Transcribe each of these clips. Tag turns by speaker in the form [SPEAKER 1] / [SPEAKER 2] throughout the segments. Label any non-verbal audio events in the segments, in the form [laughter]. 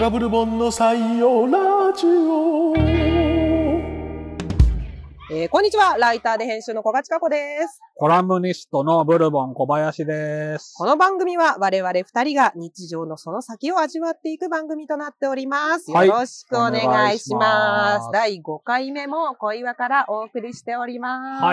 [SPEAKER 1] ラブル本の採用ラジオ
[SPEAKER 2] えーこんにちは。ライターで編集の小賀千佳子です。
[SPEAKER 3] コラムニストのブルボン小林です
[SPEAKER 2] こ。の番組は我々二人が日常のその先を味わっていく番組となっております。よ
[SPEAKER 3] はい
[SPEAKER 2] ろしくお願いします。
[SPEAKER 3] お願いします
[SPEAKER 2] 第5回目も恋話からお送りしております。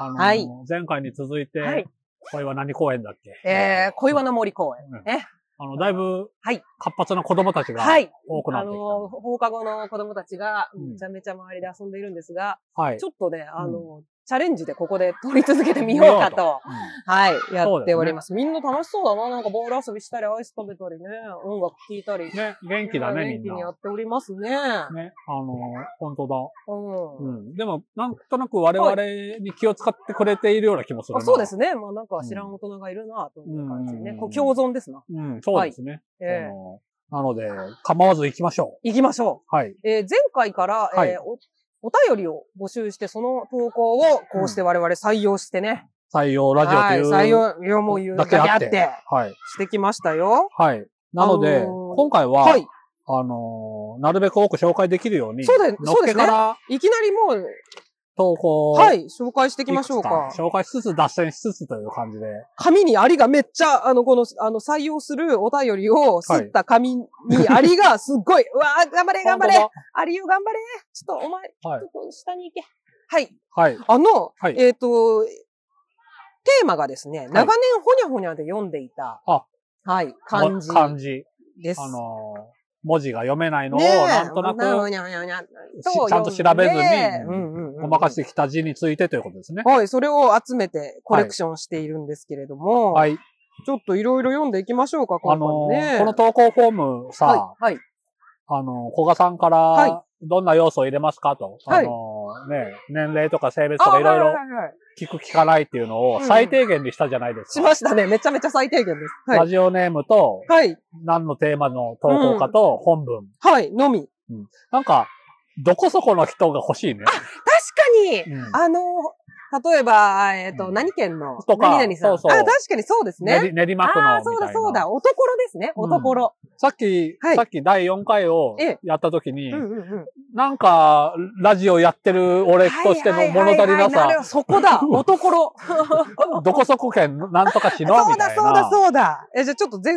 [SPEAKER 3] あのー
[SPEAKER 2] はい
[SPEAKER 3] 前回に続いて、
[SPEAKER 2] はい
[SPEAKER 3] これは何公演だっけ
[SPEAKER 2] えー、恋話の森公演。
[SPEAKER 3] あの、だいぶ
[SPEAKER 2] はい、
[SPEAKER 3] 活発な子供たちが
[SPEAKER 2] はい。
[SPEAKER 3] 多くな
[SPEAKER 2] あ
[SPEAKER 3] ってきた。
[SPEAKER 2] のー、放課後の子供たちが
[SPEAKER 3] うん
[SPEAKER 2] めちゃめちゃ周りで遊んでいるんですが、
[SPEAKER 3] はい
[SPEAKER 2] ち。ょっとね、あのー、チャレンジでここで撮り続けてみようかと。はい、やっております。みんな楽しそうだな。なんかボール遊びしたり、アイス食べたりね、音楽聴いたり
[SPEAKER 3] うん。ね、元気だね、み
[SPEAKER 2] 元
[SPEAKER 3] ん
[SPEAKER 2] 気にや
[SPEAKER 3] な。
[SPEAKER 2] っておりますね。
[SPEAKER 3] ね、あのー本当だ。
[SPEAKER 2] う。
[SPEAKER 3] うんん。でも、なんとなく我々に気を使ってくれているような気もする
[SPEAKER 2] あ
[SPEAKER 3] な
[SPEAKER 2] そうで。すね。まあなんか知らん大人がいるな、という感じで
[SPEAKER 3] う
[SPEAKER 2] ね。
[SPEAKER 3] ん
[SPEAKER 2] こう共存ですな。
[SPEAKER 3] うん、そうですね。
[SPEAKER 2] え
[SPEAKER 3] あのーなので、構わず行きましょ
[SPEAKER 2] え行きましょ
[SPEAKER 3] う。はい。
[SPEAKER 2] う。えー前回から、
[SPEAKER 3] はい
[SPEAKER 2] えーお、お便りを募集して、その投稿をこうして我々採用してね。
[SPEAKER 3] 採用ラジオという、
[SPEAKER 2] はい、採用、いやもう言うだけ
[SPEAKER 3] だけ
[SPEAKER 2] あ
[SPEAKER 3] あ
[SPEAKER 2] っ
[SPEAKER 3] ってて。、はい。
[SPEAKER 2] してきましたよ。
[SPEAKER 3] はい。なので、
[SPEAKER 2] あのー
[SPEAKER 3] 今回は、
[SPEAKER 2] はい。
[SPEAKER 3] あのーなるべく多く紹介できるように、
[SPEAKER 2] そうだよ
[SPEAKER 3] のっけか
[SPEAKER 2] そ
[SPEAKER 3] ら
[SPEAKER 2] いきなりもう、
[SPEAKER 3] 投稿を、
[SPEAKER 2] はい
[SPEAKER 3] く
[SPEAKER 2] い、紹介してい
[SPEAKER 3] つ
[SPEAKER 2] きましょうか。
[SPEAKER 3] 紹介しつつ、脱線しつつという感じで。
[SPEAKER 2] 紙にアリがめっちゃ、あの、この、あの、採用するお便りを吸った紙にアリがすっごい、うわー頑張れ頑張れ
[SPEAKER 3] 本
[SPEAKER 2] アリよ頑張れちょっとお前、
[SPEAKER 3] 当だはい
[SPEAKER 2] ちょ。っと下に行け。はい。
[SPEAKER 3] はい。
[SPEAKER 2] あの、
[SPEAKER 3] はい
[SPEAKER 2] えっ、と、テーマがですね、長年ほにゃほにゃで読んでいた、
[SPEAKER 3] あ
[SPEAKER 2] はい、漢字
[SPEAKER 3] も漢字。
[SPEAKER 2] です。
[SPEAKER 3] あのー文字が読めないのを、
[SPEAKER 2] ねえ
[SPEAKER 3] なんとな
[SPEAKER 2] ほ
[SPEAKER 3] く、
[SPEAKER 2] にゃほにゃほにゃほにゃ
[SPEAKER 3] し
[SPEAKER 2] と
[SPEAKER 3] ちゃんと調べず
[SPEAKER 2] 読ん
[SPEAKER 3] に
[SPEAKER 2] でうんうんうん
[SPEAKER 3] ごまかしてきた字についてということですね。
[SPEAKER 2] はい、それを集めてコレクションしているんですけれども、
[SPEAKER 3] はい。
[SPEAKER 2] ちょっといろいろ読んでいきましょうか、
[SPEAKER 3] あ
[SPEAKER 2] 今回
[SPEAKER 3] の
[SPEAKER 2] も
[SPEAKER 3] ー
[SPEAKER 2] ね。
[SPEAKER 3] この投稿フォームさ、
[SPEAKER 2] はい、はい。
[SPEAKER 3] あのー、小賀さんから、
[SPEAKER 2] は
[SPEAKER 3] どんな要素を入れますかと、
[SPEAKER 2] はい
[SPEAKER 3] あのーね、年齢とか性別と
[SPEAKER 2] あ
[SPEAKER 3] かいろいろ
[SPEAKER 2] ははははい
[SPEAKER 3] 聞く聞かないっていうのを
[SPEAKER 2] うん
[SPEAKER 3] 最低限にしたじゃないで
[SPEAKER 2] し
[SPEAKER 3] すか。
[SPEAKER 2] ましたね。めちゃめちゃ最低限です。は
[SPEAKER 3] ラ
[SPEAKER 2] い。
[SPEAKER 3] ジオネームと、
[SPEAKER 2] はい。
[SPEAKER 3] 何のテーマの投稿かと本文。
[SPEAKER 2] はい。のみ。
[SPEAKER 3] なんか、どこそこの人が欲しいね。
[SPEAKER 2] 確かに、
[SPEAKER 3] うん
[SPEAKER 2] あの、例えば、えっ、と、
[SPEAKER 3] うん
[SPEAKER 2] 何県の
[SPEAKER 3] とか
[SPEAKER 2] 何々さん。
[SPEAKER 3] そうそう
[SPEAKER 2] あ、確かにそうです
[SPEAKER 3] 練
[SPEAKER 2] ね。
[SPEAKER 3] り練馬区のみたいな。
[SPEAKER 2] ああ、そうだそうだ。おところですね。
[SPEAKER 3] うん
[SPEAKER 2] おところ。
[SPEAKER 3] さっき、
[SPEAKER 2] はい
[SPEAKER 3] さっき第4回を
[SPEAKER 2] ええ
[SPEAKER 3] やった時に、
[SPEAKER 2] うんうんうん。
[SPEAKER 3] なんか、ラジオやってる俺としての物
[SPEAKER 2] は
[SPEAKER 3] 足りな
[SPEAKER 2] いはいはいはいる
[SPEAKER 3] さ、
[SPEAKER 2] ほどそこ
[SPEAKER 3] [laughs]
[SPEAKER 2] だ。おところ。
[SPEAKER 3] どこそこ県なんとかしの
[SPEAKER 2] そう
[SPEAKER 3] みたい
[SPEAKER 2] だ
[SPEAKER 3] な。
[SPEAKER 2] そうだそうだ。え、じゃあちょっとぜ、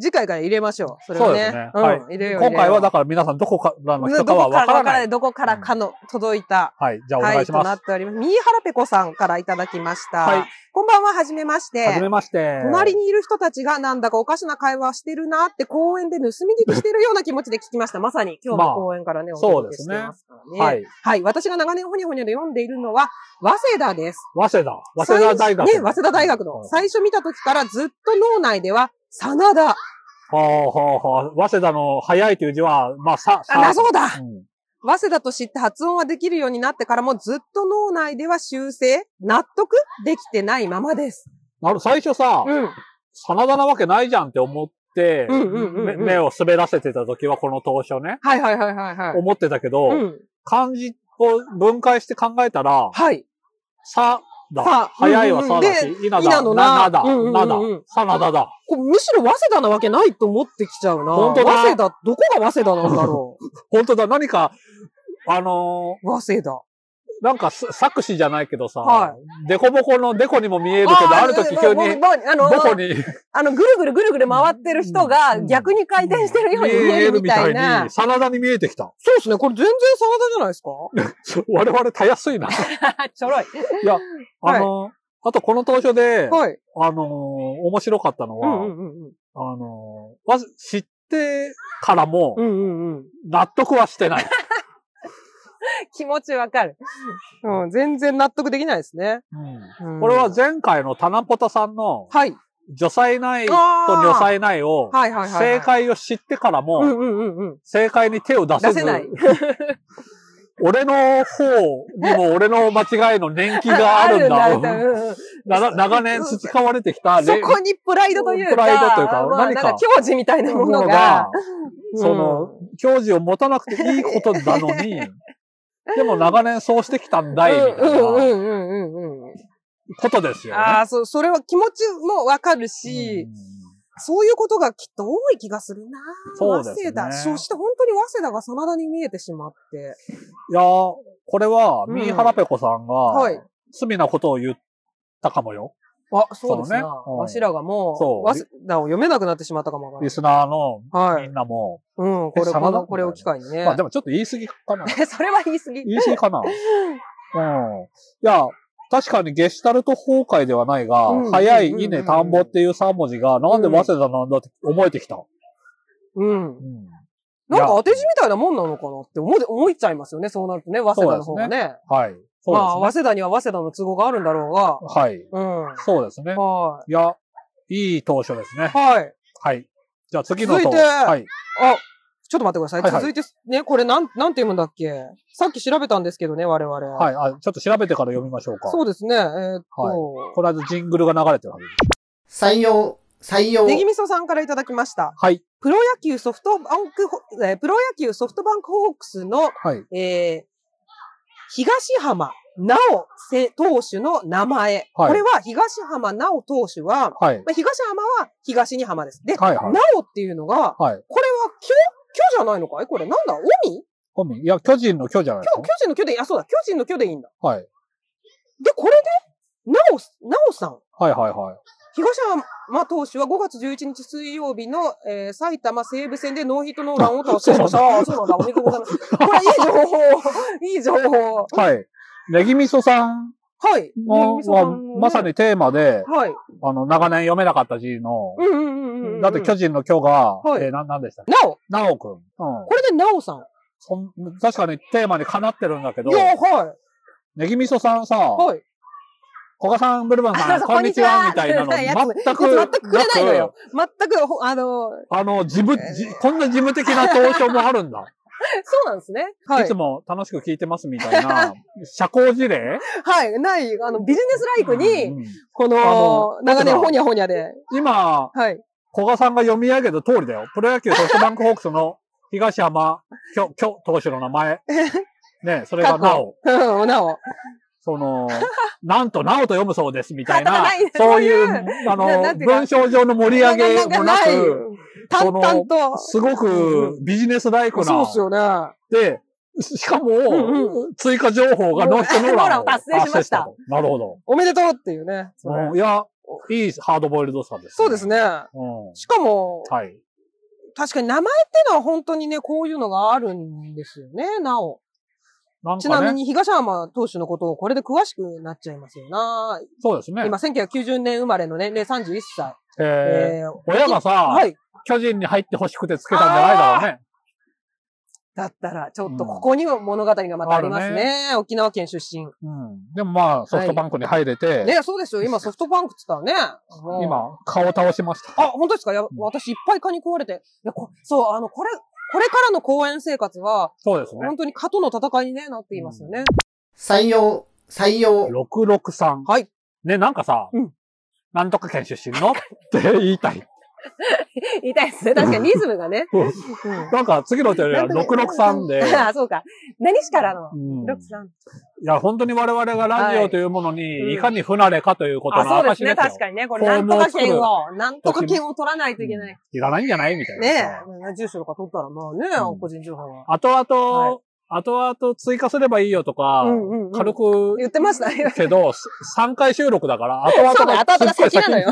[SPEAKER 2] 次回から入れましょう。それをね。
[SPEAKER 3] そうですね
[SPEAKER 2] ん
[SPEAKER 3] はい
[SPEAKER 2] 入れよう。
[SPEAKER 3] 今回はだ
[SPEAKER 2] か
[SPEAKER 3] から皆さんどこからの人か
[SPEAKER 2] ど
[SPEAKER 3] は
[SPEAKER 2] こ
[SPEAKER 3] わ
[SPEAKER 2] か
[SPEAKER 3] か
[SPEAKER 2] わ
[SPEAKER 3] ら
[SPEAKER 2] から
[SPEAKER 3] らな。
[SPEAKER 2] ないい。どこからかの、届いた。
[SPEAKER 3] はい、じゃあお願いしま
[SPEAKER 2] はい、となっ
[SPEAKER 3] す。
[SPEAKER 2] ております。ミーハラペコさんからいただきました。
[SPEAKER 3] はい、
[SPEAKER 2] こんばんは、はじめまして。
[SPEAKER 3] はじめまして。
[SPEAKER 2] 隣にいる人たちがなんだかおかしな会話してるなって公園で盗み聞きしてるような気持ちで聞きました。まさに今日の公園からね、
[SPEAKER 3] まあ
[SPEAKER 2] お届けしてますからね。
[SPEAKER 3] はい。
[SPEAKER 2] はい。私が長年ほにゃほにゃで読んでいるのは、早稲田です。
[SPEAKER 3] 早稲田。早稲田大学。
[SPEAKER 2] 最初ね、早稲田大学の。
[SPEAKER 3] はい
[SPEAKER 2] 最初見た時からずっと脳内では、真田。
[SPEAKER 3] ほうほうほう。早稲田の早いという字は、まあ、さ、
[SPEAKER 2] あ、
[SPEAKER 3] さ、
[SPEAKER 2] なそうだ
[SPEAKER 3] うん
[SPEAKER 2] 早稲田と知って発音はできるようになってからもずっと脳内では修正、納得できてないままです。
[SPEAKER 3] なる最初さ、
[SPEAKER 2] うん。
[SPEAKER 3] 真田なわけないじゃんって思って、
[SPEAKER 2] うんうんうんうん
[SPEAKER 3] め目を滑らせてた時はこの投書ね、
[SPEAKER 2] はいはいはいはいはい。
[SPEAKER 3] 思ってたけど、
[SPEAKER 2] うん。
[SPEAKER 3] 漢字を分解して考えたら、
[SPEAKER 2] はい。
[SPEAKER 3] さだ
[SPEAKER 2] さ。
[SPEAKER 3] 早いはさだ
[SPEAKER 2] う
[SPEAKER 3] し、いな
[SPEAKER 2] 稲
[SPEAKER 3] だ、
[SPEAKER 2] のな
[SPEAKER 3] なだ、
[SPEAKER 2] うんうんうん
[SPEAKER 3] なだ、さなだだ。
[SPEAKER 2] こうむしろ早稲田なわけないと思ってきちゃうな。
[SPEAKER 3] 本当だ
[SPEAKER 2] 早稲田、どこが早稲田なんだろ
[SPEAKER 3] 本当だ、何か、あの
[SPEAKER 2] う。 [laughs] 早稲田。
[SPEAKER 3] ーなんかす作詞じゃないけどさ、
[SPEAKER 2] は
[SPEAKER 3] デコボコのデコにも見えるけど、ある時急に、
[SPEAKER 2] ああ
[SPEAKER 3] ど
[SPEAKER 2] の、
[SPEAKER 3] こに
[SPEAKER 2] あの、ぐるぐるぐるぐる回ってる人が
[SPEAKER 3] うん
[SPEAKER 2] 逆に回転してるように見えるみたいな。
[SPEAKER 3] サラダに見えてきた。 [laughs]
[SPEAKER 2] そうですね。これ全然真田じゃないですか
[SPEAKER 3] 我々たやすいな。
[SPEAKER 2] [laughs] ちょろい。はい
[SPEAKER 3] あの、あとこの当初で、
[SPEAKER 2] はい。
[SPEAKER 3] あのー面白かったの
[SPEAKER 2] う
[SPEAKER 3] は、
[SPEAKER 2] んうんうんうん。
[SPEAKER 3] あのーわず知ってからも
[SPEAKER 2] うんうんうん。
[SPEAKER 3] 納得はして
[SPEAKER 2] [laughs]
[SPEAKER 3] ない。
[SPEAKER 2] 気持ちわかる。うん、全然納得できないですね。うん
[SPEAKER 3] これは、前回のタナポタさんの、
[SPEAKER 2] はい。
[SPEAKER 3] 女才ないと
[SPEAKER 2] あー
[SPEAKER 3] 女才ないを、
[SPEAKER 2] はいはいはいはい
[SPEAKER 3] 正解を知ってから
[SPEAKER 2] う
[SPEAKER 3] も、
[SPEAKER 2] んうんうんうん。
[SPEAKER 3] 正解に手を出せ
[SPEAKER 2] 出
[SPEAKER 3] ず
[SPEAKER 2] せない。
[SPEAKER 3] 俺の方にも俺の間違いの年季がある
[SPEAKER 2] [laughs]
[SPEAKER 3] ん
[SPEAKER 2] あだ
[SPEAKER 3] だ。
[SPEAKER 2] うんうん
[SPEAKER 3] [laughs] な長年培われてきた、
[SPEAKER 2] そこにプライドというか、
[SPEAKER 3] プライドというか
[SPEAKER 2] まあ、
[SPEAKER 3] 何
[SPEAKER 2] なんか
[SPEAKER 3] か
[SPEAKER 2] 教授みたいなものが、、
[SPEAKER 3] その、教授を持たなくていいことなの
[SPEAKER 2] [laughs]
[SPEAKER 3] に、でも長年そうしてきたんだい、み
[SPEAKER 2] う
[SPEAKER 3] た
[SPEAKER 2] ん
[SPEAKER 3] い
[SPEAKER 2] うんう
[SPEAKER 3] なん
[SPEAKER 2] うんうんうん。
[SPEAKER 3] ことですよね。
[SPEAKER 2] ああ、そう、それは気持ちもわかるし、
[SPEAKER 3] うん
[SPEAKER 2] そういうことがきっと多い気がするな
[SPEAKER 3] そうですね
[SPEAKER 2] 早稲田。そして本当に早稲田が真田に見えてしまって。
[SPEAKER 3] いやー、これは、
[SPEAKER 2] うん
[SPEAKER 3] ミーハラペコさんが
[SPEAKER 2] はい、
[SPEAKER 3] 罪なことを言ったかもよ。
[SPEAKER 2] あ、そうですね。
[SPEAKER 3] そうねうん
[SPEAKER 2] わしらがも
[SPEAKER 3] そう
[SPEAKER 2] う、早稲田を読めなくなってしまったかもわから
[SPEAKER 3] リ
[SPEAKER 2] ない。
[SPEAKER 3] スナーの
[SPEAKER 2] は
[SPEAKER 3] みん
[SPEAKER 2] い。
[SPEAKER 3] なも。
[SPEAKER 2] うん、これ、
[SPEAKER 3] え真田
[SPEAKER 2] このこれを機会にね。
[SPEAKER 3] まあでもちょっと言い過ぎかな。
[SPEAKER 2] え、 [laughs] それは言い過ぎ。
[SPEAKER 3] 言い過ぎか
[SPEAKER 2] [laughs]
[SPEAKER 3] な。うん。いや、確かにゲシュタルト崩壊ではないが、
[SPEAKER 2] うん
[SPEAKER 3] 早い、
[SPEAKER 2] うん
[SPEAKER 3] 稲、田んぼっていう3文字が、なんで早稲田なんだって思えてきた。
[SPEAKER 2] うん
[SPEAKER 3] う。ん。
[SPEAKER 2] なんか当て字みたいなもんなのかなって思う思っちゃいますよね。そうなるとね、早稲田の方がね。
[SPEAKER 3] はい。そう
[SPEAKER 2] まあ、
[SPEAKER 3] で
[SPEAKER 2] 早稲田には早稲田の都合があるんだろ
[SPEAKER 3] すね。はい。
[SPEAKER 2] うが。うん。
[SPEAKER 3] そうですね。
[SPEAKER 2] はい
[SPEAKER 3] や、いい投書ですね
[SPEAKER 2] い。。はい。
[SPEAKER 3] はい。じゃあ次の投
[SPEAKER 2] 続いて
[SPEAKER 3] はい。
[SPEAKER 2] あ、ちょっと待ってください。
[SPEAKER 3] はいはい
[SPEAKER 2] 続いて、ね、これなん、なんて読むんだっけさっき調べたんですけどね、我々。。
[SPEAKER 3] はいい。あ、ちょっと調べてから読みましょうか。
[SPEAKER 2] そうですね。えーっと、
[SPEAKER 3] はいこの間ジングルが流れてるはずです。
[SPEAKER 4] 採用、採用、
[SPEAKER 2] ネギミソさんからいただきました。
[SPEAKER 3] はい。
[SPEAKER 2] プロ野球ソフトバンクホ、えープロ野球ソフトバンクホークスの、
[SPEAKER 3] はい。
[SPEAKER 2] えー東浜直せ投手の名前。
[SPEAKER 3] はい
[SPEAKER 2] これは東浜直投手は、
[SPEAKER 3] はい。
[SPEAKER 2] まあ、東浜は東に浜です。で、
[SPEAKER 3] はいはい
[SPEAKER 2] なおっていうのが、
[SPEAKER 3] はい。
[SPEAKER 2] これは巨、巨じゃないのかいこれなんだ海
[SPEAKER 3] 本名いや、巨人の巨じゃないで
[SPEAKER 2] 巨
[SPEAKER 3] す
[SPEAKER 2] 巨人の巨でいい、あ、そうだ、巨人の巨でいいんだ。
[SPEAKER 3] かはい。
[SPEAKER 2] で、これで、なお、なおさん。
[SPEAKER 3] はいはいはい。
[SPEAKER 2] 東浜投手は5月11日水曜日の、えー埼玉西武戦でノーヒットノーランを達成しました。ああー、そうなんだ。おめでとうございます。これいい情報。いい情報。
[SPEAKER 3] はい。ネギ味噌さん
[SPEAKER 2] はい。
[SPEAKER 3] は、
[SPEAKER 2] みそさんのね
[SPEAKER 3] まさ。にテーマで、
[SPEAKER 2] はい。
[SPEAKER 3] あの、長年読めなかった字の
[SPEAKER 2] う、んうんうんうんうん。
[SPEAKER 3] だって巨人の巨が、
[SPEAKER 2] はい
[SPEAKER 3] えー、な、なんでしたっ
[SPEAKER 2] なお、
[SPEAKER 3] けなおくん。うん。
[SPEAKER 2] これでなおさん。
[SPEAKER 3] そん確かにテーマにかなってるんだけど
[SPEAKER 2] い、や、はい。
[SPEAKER 3] ネギ味噌さんさ、
[SPEAKER 2] はい。
[SPEAKER 3] 古賀さん、ブルマンさ
[SPEAKER 2] あ
[SPEAKER 3] ん、
[SPEAKER 2] そう
[SPEAKER 3] こんにちは、みたいなの、
[SPEAKER 2] やつ
[SPEAKER 3] 全く、
[SPEAKER 2] やつ全くくれないのよ。。全く、ほあの、
[SPEAKER 3] あの、事務、じこんな事務的な投書もあるんだ。
[SPEAKER 2] そうなんですね。はい
[SPEAKER 3] つ
[SPEAKER 2] い。
[SPEAKER 3] も楽しく聞いてますみたいな、社交辞令
[SPEAKER 2] はい。ない、あの、ビジネスライクに、
[SPEAKER 3] うん
[SPEAKER 2] この、
[SPEAKER 3] あの
[SPEAKER 2] 長年ほにゃほにゃで。
[SPEAKER 3] 今、
[SPEAKER 2] はい。
[SPEAKER 3] 古賀さんが読み上げた通りだよ。プロ野球ソフトバンクホークスの東山巨、巨投手の名前。
[SPEAKER 2] [laughs]
[SPEAKER 3] ね、それがなお、
[SPEAKER 2] うん、なお。[laughs]
[SPEAKER 3] その、なんとなおと読むそうですみたいな
[SPEAKER 2] あない、
[SPEAKER 3] そうい
[SPEAKER 2] そう
[SPEAKER 3] う、
[SPEAKER 2] なな
[SPEAKER 3] あの、
[SPEAKER 2] んていうか
[SPEAKER 3] 文章上の盛り上げもなく、
[SPEAKER 2] 淡々と。
[SPEAKER 3] すごくビジネスライク
[SPEAKER 2] そう
[SPEAKER 3] な
[SPEAKER 2] っ。すよね。は
[SPEAKER 3] で、しか
[SPEAKER 2] ん
[SPEAKER 3] も、追加情報がノーヒットノ
[SPEAKER 2] ノ
[SPEAKER 3] ーランを
[SPEAKER 2] ーランを達成しました
[SPEAKER 3] 達成となるほど。
[SPEAKER 2] おめでとうっていうね。それ
[SPEAKER 3] うんいや、いいハードボイルドさです、
[SPEAKER 2] そうです。ね。
[SPEAKER 3] うん。
[SPEAKER 2] しかも、
[SPEAKER 3] はい。
[SPEAKER 2] 確かに名前ってのは本当にね、こういうのがあるんですよね、なお。
[SPEAKER 3] なん
[SPEAKER 2] ちな
[SPEAKER 3] か
[SPEAKER 2] み
[SPEAKER 3] ね、
[SPEAKER 2] に東浜投手のことをこれで詳しくなっちゃいますよな。
[SPEAKER 3] そうですね。
[SPEAKER 2] 今、1990年生まれの年齢31歳。
[SPEAKER 3] えー
[SPEAKER 2] えー
[SPEAKER 3] 親がさ、
[SPEAKER 2] はい。
[SPEAKER 3] 巨人に入って欲しくてつけたんじゃないだろうね。
[SPEAKER 2] だったら、ちょっとここにも物語がまたあります
[SPEAKER 3] うんある
[SPEAKER 2] ね。沖縄県出身。
[SPEAKER 3] うん。でもまあ、ソフトバンクに入れて、
[SPEAKER 2] ね、そうですよ。今ソフトバンクって言ったらね。もう。
[SPEAKER 3] 今、顔倒しました。
[SPEAKER 2] あ、本当ですかいや、私いっぱい蚊に食われて。いや、こそう、あの、これ、これからの公演生活は、
[SPEAKER 3] そうですね
[SPEAKER 2] 本。当に蚊との戦いにね、なっていますよね。
[SPEAKER 4] 採用、採用、
[SPEAKER 3] 663。
[SPEAKER 2] はい。
[SPEAKER 3] ね、なんかさ、
[SPEAKER 2] うん
[SPEAKER 3] なんとか県出身のって言いたい。
[SPEAKER 2] 痛いですね。確かにリズムがね。
[SPEAKER 3] うんなんか次の手よりは
[SPEAKER 2] なんとか
[SPEAKER 3] 663で、
[SPEAKER 2] [laughs] あ、そうか。何しからの
[SPEAKER 3] うん、
[SPEAKER 2] 六さん。
[SPEAKER 3] いや、本当に我々がラジオというもの
[SPEAKER 2] は
[SPEAKER 3] に、
[SPEAKER 2] い
[SPEAKER 3] いかに不慣れかということ
[SPEAKER 2] あ、
[SPEAKER 3] の
[SPEAKER 2] そうで
[SPEAKER 3] 証
[SPEAKER 2] す
[SPEAKER 3] です
[SPEAKER 2] ね。
[SPEAKER 3] よ。
[SPEAKER 2] 確かにね。これ、なんとか券を、なんとか券を取らないといけない。
[SPEAKER 3] いらないんじゃないみたいな
[SPEAKER 2] ね
[SPEAKER 3] さ。
[SPEAKER 2] え、住所とか取ったら、まあね、
[SPEAKER 3] うん
[SPEAKER 2] 個人情報は。
[SPEAKER 3] 後々、
[SPEAKER 2] は
[SPEAKER 3] 後々追加すればいいよとか、
[SPEAKER 2] うんうんうん
[SPEAKER 3] 軽く
[SPEAKER 2] 言ってましたね。
[SPEAKER 3] けど、3回収録だから、後々
[SPEAKER 2] そう [laughs] だ、後々
[SPEAKER 3] すっごい
[SPEAKER 2] 先なのよ。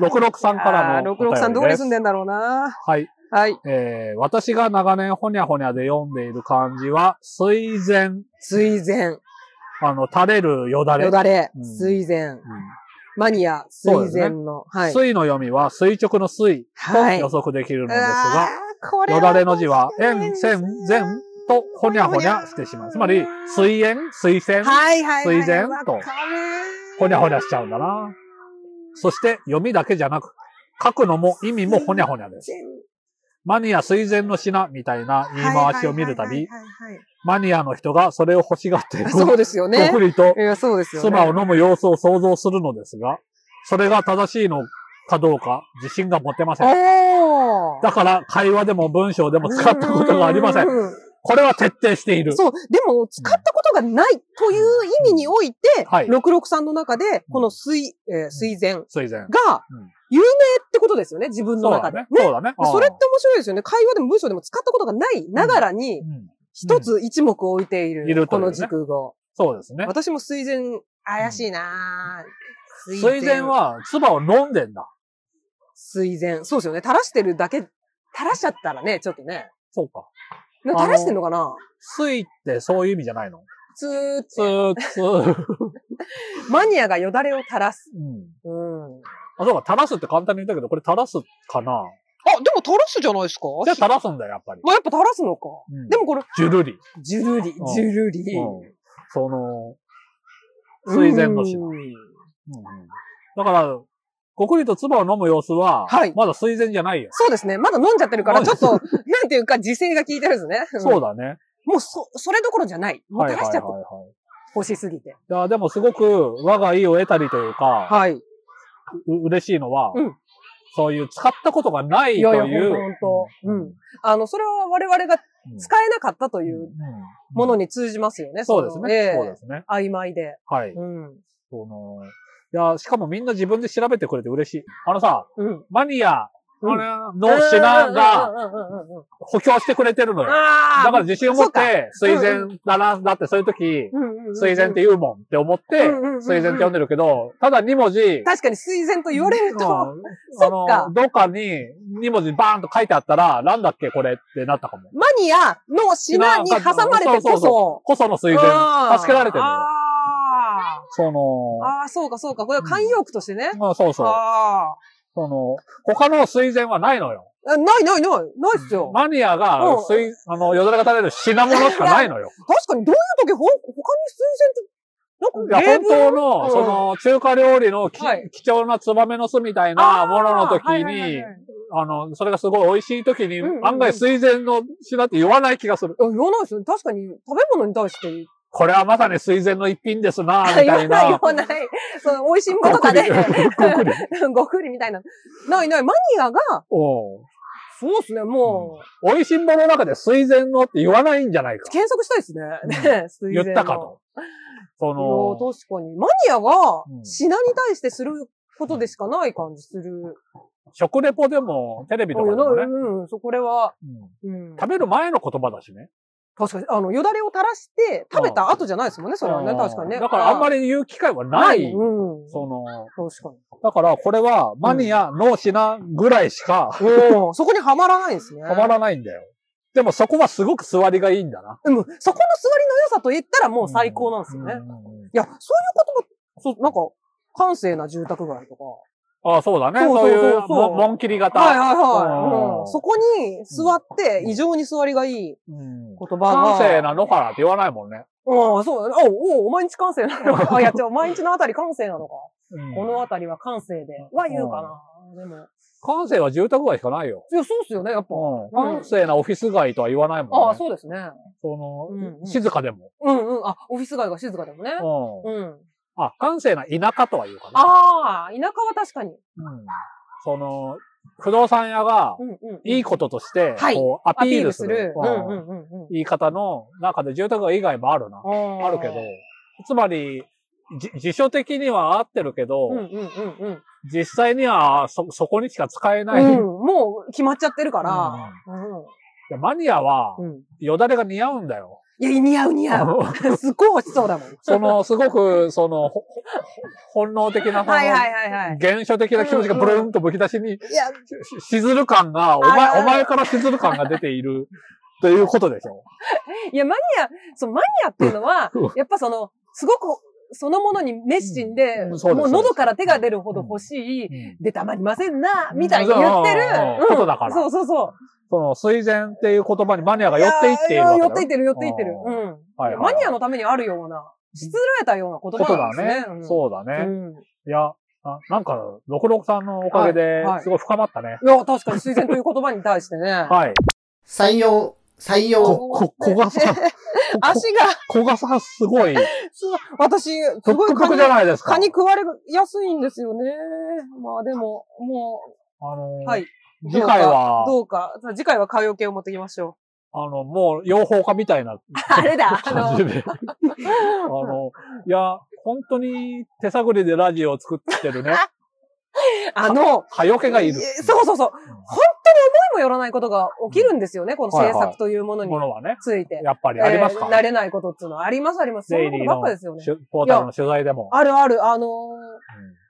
[SPEAKER 3] 663からのお
[SPEAKER 2] 六
[SPEAKER 3] 便り
[SPEAKER 2] 六
[SPEAKER 3] です。
[SPEAKER 2] さんどこに住んでんだろうな。
[SPEAKER 3] はい。
[SPEAKER 2] はい。
[SPEAKER 3] えー、私が長年ほにゃほにゃで読んでいる漢字は、水前、
[SPEAKER 2] 水前、
[SPEAKER 3] あの、垂れるよだれ。
[SPEAKER 2] よだれ
[SPEAKER 3] う、ん
[SPEAKER 2] 水前、
[SPEAKER 3] うん
[SPEAKER 2] マニア、
[SPEAKER 3] そうで
[SPEAKER 2] 水
[SPEAKER 3] すね
[SPEAKER 2] 前の。はい。
[SPEAKER 3] 水の読みは垂直の水と
[SPEAKER 2] はい。
[SPEAKER 3] 予測できるのです
[SPEAKER 2] あ
[SPEAKER 3] が、
[SPEAKER 2] ーこれは
[SPEAKER 3] よだれの字は、円、線、前
[SPEAKER 2] は
[SPEAKER 3] とほにゃほにゃしてしまう。つまり、水縁、水線、
[SPEAKER 2] いはいはい。
[SPEAKER 3] 水前
[SPEAKER 2] わか
[SPEAKER 3] と
[SPEAKER 2] る
[SPEAKER 3] ほにゃほにゃしちゃうんだな。そして、読みだけじゃなく、書くのも意味もほにゃほにゃです。マニア水前の品みたいな言い回しを見るたび、
[SPEAKER 2] はいはいはいはい
[SPEAKER 3] マニアの人がそれを欲しがって
[SPEAKER 2] はい
[SPEAKER 3] ふ、
[SPEAKER 2] そうですよね
[SPEAKER 3] ごふ。りと
[SPEAKER 2] いや、そうですよね。
[SPEAKER 3] 唾を飲む様子を想像するのですが、それが正しいのかどうか自信が持てません。
[SPEAKER 2] お
[SPEAKER 3] だから会話でも文章でも使ったことがありませ
[SPEAKER 2] う
[SPEAKER 3] ん。これは徹底している。
[SPEAKER 2] そう。でも、使ったことがないという意味において、
[SPEAKER 3] はい
[SPEAKER 2] 663の中で、この水、えー水前
[SPEAKER 3] 水前。
[SPEAKER 2] が
[SPEAKER 3] うん、
[SPEAKER 2] 有名ってことですよね、自分
[SPEAKER 3] そ
[SPEAKER 2] の
[SPEAKER 3] うだ
[SPEAKER 2] 中で。
[SPEAKER 3] ね
[SPEAKER 2] ね。。
[SPEAKER 3] そうだね。うん
[SPEAKER 2] それって面白いですよね。会話でも文章でも使ったことがないながらに、
[SPEAKER 3] うん
[SPEAKER 2] 一つ一目置いてい
[SPEAKER 3] いる
[SPEAKER 2] る、
[SPEAKER 3] とい
[SPEAKER 2] こ
[SPEAKER 3] うね
[SPEAKER 2] の軸語。
[SPEAKER 3] そうですね。
[SPEAKER 2] 私も水前、怪しいなぁ
[SPEAKER 3] 水前。は、唾を飲んでんだ。
[SPEAKER 2] 水前。そうですよね。垂らしてるだけ、垂らしちゃったらね、ちょっとね。
[SPEAKER 3] そうか。
[SPEAKER 2] なんか垂らしてんのかな
[SPEAKER 3] 水ってそういう意味じゃないの
[SPEAKER 2] つー
[SPEAKER 3] つーつー。
[SPEAKER 2] マニアがよだれを垂らす。
[SPEAKER 3] うん。
[SPEAKER 2] うん。
[SPEAKER 3] あ、そうか、垂らすって簡単に言ったけど、これ垂らすかな
[SPEAKER 2] あ、でも垂らすじゃないですか
[SPEAKER 3] じゃあ垂らすんだよ、やっぱり。
[SPEAKER 2] まあやっぱ垂らすのか。
[SPEAKER 3] うん
[SPEAKER 2] でもこれ、
[SPEAKER 3] ジュルリ。うん
[SPEAKER 2] ジュルリ、
[SPEAKER 3] ん
[SPEAKER 2] ジュルリ。
[SPEAKER 3] その、水前の品。
[SPEAKER 2] う
[SPEAKER 3] うん
[SPEAKER 2] ん
[SPEAKER 3] うんだから、ごくりと唾を飲む様子は
[SPEAKER 2] はい、
[SPEAKER 3] まだ水前じゃないよ。
[SPEAKER 2] そうですね。まだ飲んじゃってるから、
[SPEAKER 3] 飲ん
[SPEAKER 2] ち
[SPEAKER 3] じ
[SPEAKER 2] ょ
[SPEAKER 3] ゃ
[SPEAKER 2] っと、なんていうか、時勢が効いてるんですね。
[SPEAKER 3] そう
[SPEAKER 2] だ。
[SPEAKER 3] だね。
[SPEAKER 2] もう、そ、それどころじゃない。もう
[SPEAKER 3] はい
[SPEAKER 2] 垂
[SPEAKER 3] はい
[SPEAKER 2] らし
[SPEAKER 3] はい
[SPEAKER 2] ちゃって、
[SPEAKER 3] はい。
[SPEAKER 2] 欲しすぎて。
[SPEAKER 3] いや、でもすごく我が意を得たりというか、
[SPEAKER 2] はい。
[SPEAKER 3] う嬉しいのは、
[SPEAKER 2] うん
[SPEAKER 3] そういう使ったことがないと
[SPEAKER 2] い
[SPEAKER 3] いう。
[SPEAKER 2] やいや、本当
[SPEAKER 3] う
[SPEAKER 2] うんん。あの、それは我々が
[SPEAKER 3] うん
[SPEAKER 2] 使えなかったと
[SPEAKER 3] う
[SPEAKER 2] い
[SPEAKER 3] ん
[SPEAKER 2] うもの
[SPEAKER 3] に、
[SPEAKER 2] に通じますよね。
[SPEAKER 3] そうですね、
[SPEAKER 2] ええ
[SPEAKER 3] そうですね。
[SPEAKER 2] 曖昧で。
[SPEAKER 3] はい。
[SPEAKER 2] うん。
[SPEAKER 3] その、いや、しかもみんな自分で調べてくれて嬉しい。あのさ、
[SPEAKER 2] うん。
[SPEAKER 3] マニア
[SPEAKER 2] うん
[SPEAKER 3] の品が
[SPEAKER 2] うんうんうんうんうんうん。
[SPEAKER 3] 補強してくれてるのよ。
[SPEAKER 2] あ
[SPEAKER 3] だ
[SPEAKER 2] あ。
[SPEAKER 3] から自信を持っ
[SPEAKER 2] そうか、
[SPEAKER 3] て、水前だな、だってそういう時、
[SPEAKER 2] うんうんうんうん
[SPEAKER 3] 水前って言うもんって思って
[SPEAKER 2] うんうんうんう、ん
[SPEAKER 3] 水前って呼んでるけど、ただ2文字、
[SPEAKER 2] 確かに水前と言われると、
[SPEAKER 3] うん
[SPEAKER 2] そっか
[SPEAKER 3] あの、どっかに2文字バーンと書いてあったら、なんだっけこれってなったかも。
[SPEAKER 2] マニアの品に挟まれてこ
[SPEAKER 3] そうそうそ
[SPEAKER 2] そ、
[SPEAKER 3] こその水
[SPEAKER 2] あー
[SPEAKER 3] 前、助けられてるのよ。
[SPEAKER 2] あ
[SPEAKER 3] そ
[SPEAKER 2] ー
[SPEAKER 3] の、
[SPEAKER 2] あー、そうかそうか。これは慣用句としてね。
[SPEAKER 3] まあそうそう。
[SPEAKER 2] あ
[SPEAKER 3] その、他の水前はないのよ。
[SPEAKER 2] あ。ないないない。ないっすよ。
[SPEAKER 3] マニアが
[SPEAKER 2] うん
[SPEAKER 3] 水、あの、よだれが垂れる品物しかないのよ。
[SPEAKER 2] 確かにどういう時ほ、他に水
[SPEAKER 3] い
[SPEAKER 2] 前
[SPEAKER 3] や、
[SPEAKER 2] って、なんか
[SPEAKER 3] 本当
[SPEAKER 2] う
[SPEAKER 3] の、
[SPEAKER 2] ん
[SPEAKER 3] その、中華料理のき
[SPEAKER 2] はい
[SPEAKER 3] 貴重なツバメの巣みたいなものの時に、あの、それがすごい美味しい時に
[SPEAKER 2] うんうんう、ん
[SPEAKER 3] 案外水前の品って言わない気がする。
[SPEAKER 2] 言わないですよね。確かに、食べ物に対して。
[SPEAKER 3] これはまさに水前の一品ですな、み
[SPEAKER 2] 言
[SPEAKER 3] た
[SPEAKER 2] わ
[SPEAKER 3] い
[SPEAKER 2] ない、 [laughs] 言
[SPEAKER 3] な。
[SPEAKER 2] わない。その、美味しいもの
[SPEAKER 3] ご
[SPEAKER 2] と
[SPEAKER 3] く
[SPEAKER 2] か
[SPEAKER 3] り
[SPEAKER 2] で、
[SPEAKER 3] ごく
[SPEAKER 2] [laughs]
[SPEAKER 3] り。
[SPEAKER 2] ごくりみたいな。ないない。マニアが、
[SPEAKER 3] おう
[SPEAKER 2] そうですね、もう、
[SPEAKER 3] 美味しんぼの中で水前のって言わないんじゃないか。
[SPEAKER 2] 検索したいですね。ね、水
[SPEAKER 3] 言
[SPEAKER 2] 前の
[SPEAKER 3] ったかと。そ
[SPEAKER 2] い
[SPEAKER 3] の、
[SPEAKER 2] や確かに。マニアが
[SPEAKER 3] うん
[SPEAKER 2] 品に対してすることでしかない感じする。
[SPEAKER 3] 食レポでも、テレビとかでもね、
[SPEAKER 2] うん、うん、そう、これは、
[SPEAKER 3] うん
[SPEAKER 2] うん。
[SPEAKER 3] 食べる前の言葉だしね。
[SPEAKER 2] 確かに、あの、よだれを垂らして食べた後じゃないですもんね、それはね、
[SPEAKER 3] うん
[SPEAKER 2] 確かにね。
[SPEAKER 3] だからあんま
[SPEAKER 2] り
[SPEAKER 3] り言う機会はない。
[SPEAKER 2] うん。
[SPEAKER 3] その、
[SPEAKER 2] 確かに。
[SPEAKER 3] だからこれはマニアの品ぐらいしか
[SPEAKER 2] おー [laughs] そこにはまらないんですね。
[SPEAKER 3] はまらないんだよ。でもそこはすごく座りがいいんだな。
[SPEAKER 2] でも、そこの座りの良さと言ったらもう最高なんですよね。
[SPEAKER 3] う
[SPEAKER 2] い
[SPEAKER 3] んうんうん
[SPEAKER 2] や、そういうことも、そう、なんか、閑静な住宅街とか。
[SPEAKER 3] ああ、そうだね。
[SPEAKER 2] そう
[SPEAKER 3] そ
[SPEAKER 2] そうう
[SPEAKER 3] い
[SPEAKER 2] そう
[SPEAKER 3] う
[SPEAKER 2] そう
[SPEAKER 3] も、もん切り型。
[SPEAKER 2] はいはい
[SPEAKER 3] うん
[SPEAKER 2] はい。うん、そこに座って、異常に座りがいい
[SPEAKER 3] う
[SPEAKER 2] 言
[SPEAKER 3] ん
[SPEAKER 2] 葉が。
[SPEAKER 3] 感性な野原って言わないもんね。
[SPEAKER 2] ああ、そうだね。あお、お、お前んち感性なの
[SPEAKER 3] [laughs]
[SPEAKER 2] か。あ、いや、違う、毎日のあたり感性なのか。
[SPEAKER 3] うん
[SPEAKER 2] このあたりは感性で。は言うかな。でも。
[SPEAKER 3] 感性は住宅街しかないよ。
[SPEAKER 2] いや、そうっすよね、やっぱ。
[SPEAKER 3] うん。
[SPEAKER 2] うん
[SPEAKER 3] 感性なオフィス街とは言わないもんね。
[SPEAKER 2] ああ、そうですね。
[SPEAKER 3] その、
[SPEAKER 2] うんうん
[SPEAKER 3] 静かでも。
[SPEAKER 2] うんうん。あ、オフィス街が静かでもね。
[SPEAKER 3] うん。
[SPEAKER 2] うん。
[SPEAKER 3] あ、感性な田舎とは言うかな。
[SPEAKER 2] ああ、田舎は確かに。
[SPEAKER 3] うん。その、不動産屋が
[SPEAKER 2] う、んうん。
[SPEAKER 3] いいこととして、
[SPEAKER 2] はい
[SPEAKER 3] こう、ア
[SPEAKER 2] ア
[SPEAKER 3] ピ
[SPEAKER 2] ピ
[SPEAKER 3] ー
[SPEAKER 2] ー
[SPEAKER 3] ル
[SPEAKER 2] ル
[SPEAKER 3] す
[SPEAKER 2] す
[SPEAKER 3] る。
[SPEAKER 2] る。う
[SPEAKER 3] うん
[SPEAKER 2] んうんうんうん。
[SPEAKER 3] 言い方の中で住宅街以外もあるな。
[SPEAKER 2] あ
[SPEAKER 3] あるけど。、つまり、じ辞書的には合ってるけど、
[SPEAKER 2] うんうんうんうん。
[SPEAKER 3] 実際にはそ、そこにしか使えない。
[SPEAKER 2] うん
[SPEAKER 3] い、
[SPEAKER 2] もう決まっちゃってるから。
[SPEAKER 3] やマニアは
[SPEAKER 2] う、ん。うん。
[SPEAKER 3] よだれが似合うん
[SPEAKER 2] [laughs]
[SPEAKER 3] だよ。
[SPEAKER 2] いや、似合う似合う。
[SPEAKER 3] [laughs]
[SPEAKER 2] すっごい欲しそうだもん。
[SPEAKER 3] その、すごく、その、ほほ本能的な、その
[SPEAKER 2] はいはいはいはい。
[SPEAKER 3] 原初的な気持ちがブルーンとむき出し
[SPEAKER 2] い
[SPEAKER 3] に、
[SPEAKER 2] や、
[SPEAKER 3] ししずる感が、お
[SPEAKER 2] あ
[SPEAKER 3] 前、
[SPEAKER 2] ー
[SPEAKER 3] お前からしずる感が出てい
[SPEAKER 2] [laughs]
[SPEAKER 3] る、ということでしょ。
[SPEAKER 2] いや、マニア、そのマニアっていうの
[SPEAKER 3] [laughs]
[SPEAKER 2] は
[SPEAKER 3] うん、
[SPEAKER 2] やっぱその、すごく、そのものに熱心で、
[SPEAKER 3] うんう
[SPEAKER 2] も
[SPEAKER 3] んそうです
[SPEAKER 2] う喉から手が出るほど欲しい、でたまりませんな、みたいに言ってる
[SPEAKER 3] うん。ことだから
[SPEAKER 2] そうそうそう。
[SPEAKER 3] その、水前っていう言葉にマニアが寄っていっている
[SPEAKER 2] や
[SPEAKER 3] わけ
[SPEAKER 2] 寄
[SPEAKER 3] だ
[SPEAKER 2] っ
[SPEAKER 3] よ
[SPEAKER 2] ていってる、寄っていってる。う
[SPEAKER 3] う
[SPEAKER 2] んん。
[SPEAKER 3] はいはい
[SPEAKER 2] マニアのためにあるような、失礼たような言
[SPEAKER 3] こと
[SPEAKER 2] 葉
[SPEAKER 3] だ
[SPEAKER 2] なんです
[SPEAKER 3] ね
[SPEAKER 2] ね。。うん
[SPEAKER 3] そうだね。
[SPEAKER 2] うん
[SPEAKER 3] いや、あなんか、六六さんのおかげで
[SPEAKER 2] はいは、い
[SPEAKER 3] すごい深まったね。
[SPEAKER 2] いや、確かに水前という言葉に対してね。
[SPEAKER 3] [laughs] はい。
[SPEAKER 4] 採用、採用、
[SPEAKER 3] こ、こ、小
[SPEAKER 2] [laughs]
[SPEAKER 3] 賀さん、ここ
[SPEAKER 2] 足が、
[SPEAKER 3] 小賀さんすごい、
[SPEAKER 2] そう私、す
[SPEAKER 3] ふっ
[SPEAKER 2] ごい
[SPEAKER 3] く
[SPEAKER 2] 蚊
[SPEAKER 3] く
[SPEAKER 2] に
[SPEAKER 3] じゃないですか。
[SPEAKER 2] 蚊に食われやすいんですよね。まあでも、も
[SPEAKER 3] あ
[SPEAKER 2] う、
[SPEAKER 3] のー、
[SPEAKER 2] はい。
[SPEAKER 3] 次回は、
[SPEAKER 2] どうか、どうか次回は蚊よけを持ってきましょ
[SPEAKER 3] あの、もう、養蜂家みたいな
[SPEAKER 2] う。あれだ、 [laughs] あ
[SPEAKER 3] 感じ
[SPEAKER 2] の、
[SPEAKER 3] で、 [laughs]
[SPEAKER 2] [laughs]
[SPEAKER 3] あの、いや、本当に手探りでラジオを作ってるね。
[SPEAKER 2] あの、
[SPEAKER 3] はよけがいる。
[SPEAKER 2] そうそうそう。本当に思いもよらないことが起きるんですよね、この制作というものに
[SPEAKER 3] ものはね、
[SPEAKER 2] ついて。
[SPEAKER 3] やっぱりありますか
[SPEAKER 2] えー慣れないことっていうのはありますあります。そんなことばっかですよね。
[SPEAKER 3] しゅポータルの取材でも。
[SPEAKER 2] あるある、あのー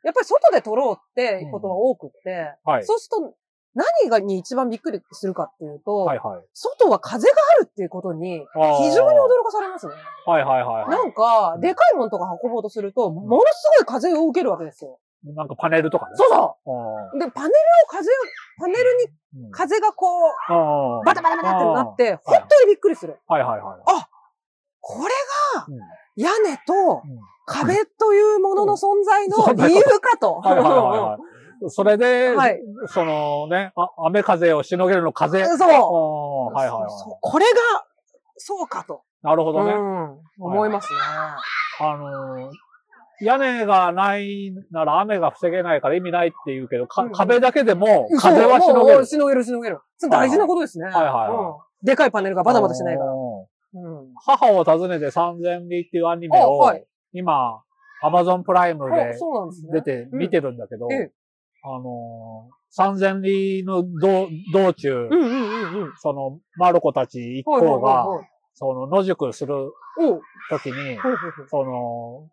[SPEAKER 2] やっぱり外で撮ろうってことが多くって、
[SPEAKER 3] うんはい。
[SPEAKER 2] そうすると、何がに一番びっくりするかっていうと、
[SPEAKER 3] はいはい。
[SPEAKER 2] 外は風があるっていうことに、
[SPEAKER 3] あー
[SPEAKER 2] 非常に驚かされますね。
[SPEAKER 3] はいはいはい
[SPEAKER 2] な
[SPEAKER 3] は
[SPEAKER 2] んか、でかいものとか運ぼうとすると、ものすごい風を受けるわけですよ。
[SPEAKER 3] い。なんかパネルとかね。
[SPEAKER 2] そうそううで、パネルを風を、パネルに
[SPEAKER 3] んうん。
[SPEAKER 2] 風がこう、
[SPEAKER 3] ああ
[SPEAKER 2] バタバタバタってなっ。て、
[SPEAKER 3] あー
[SPEAKER 2] 本当にびっくりする。
[SPEAKER 3] はいはいはい。
[SPEAKER 2] これが [laughs]
[SPEAKER 3] うん
[SPEAKER 2] 屋根と
[SPEAKER 3] うん
[SPEAKER 2] 壁というものの存在
[SPEAKER 3] うんそ
[SPEAKER 2] の
[SPEAKER 3] んなこと
[SPEAKER 2] 理由かと。
[SPEAKER 3] はいはいはいはい。それ
[SPEAKER 2] [laughs]
[SPEAKER 3] で、
[SPEAKER 2] はい
[SPEAKER 3] そのね、あ雨風をしのげるの風。ああ、
[SPEAKER 2] そう。
[SPEAKER 3] はいはいはい。
[SPEAKER 2] そうこれが、そうかと。
[SPEAKER 3] なるほどね。
[SPEAKER 2] うん思いますね。
[SPEAKER 3] あのー屋根がないなら雨が防げないから意味ないって言うけど、か
[SPEAKER 2] うん
[SPEAKER 3] 壁だけでも風はしのげ
[SPEAKER 2] もうも
[SPEAKER 3] る
[SPEAKER 2] う。しのげるしのげる。それ大事なことですね。
[SPEAKER 3] はいはいはい
[SPEAKER 2] うんでかいパネルがバタバタしないから。
[SPEAKER 3] うん。
[SPEAKER 2] うん
[SPEAKER 3] 母を訪ねて3000里っていうアニメを、
[SPEAKER 2] あはい
[SPEAKER 3] 今、アマゾンプライム
[SPEAKER 2] あ
[SPEAKER 3] で
[SPEAKER 2] そうなんですね。
[SPEAKER 3] 出て
[SPEAKER 2] うん
[SPEAKER 3] 見てるんだけど、
[SPEAKER 2] ええ
[SPEAKER 3] あのー3000里の道道中、
[SPEAKER 2] うんうんうんうん。
[SPEAKER 3] その、マルコたち一
[SPEAKER 2] はいはい
[SPEAKER 3] 行が、
[SPEAKER 2] はいはい。
[SPEAKER 3] その、野宿する
[SPEAKER 2] おう
[SPEAKER 3] ときに、
[SPEAKER 2] ほうほうほう
[SPEAKER 3] その、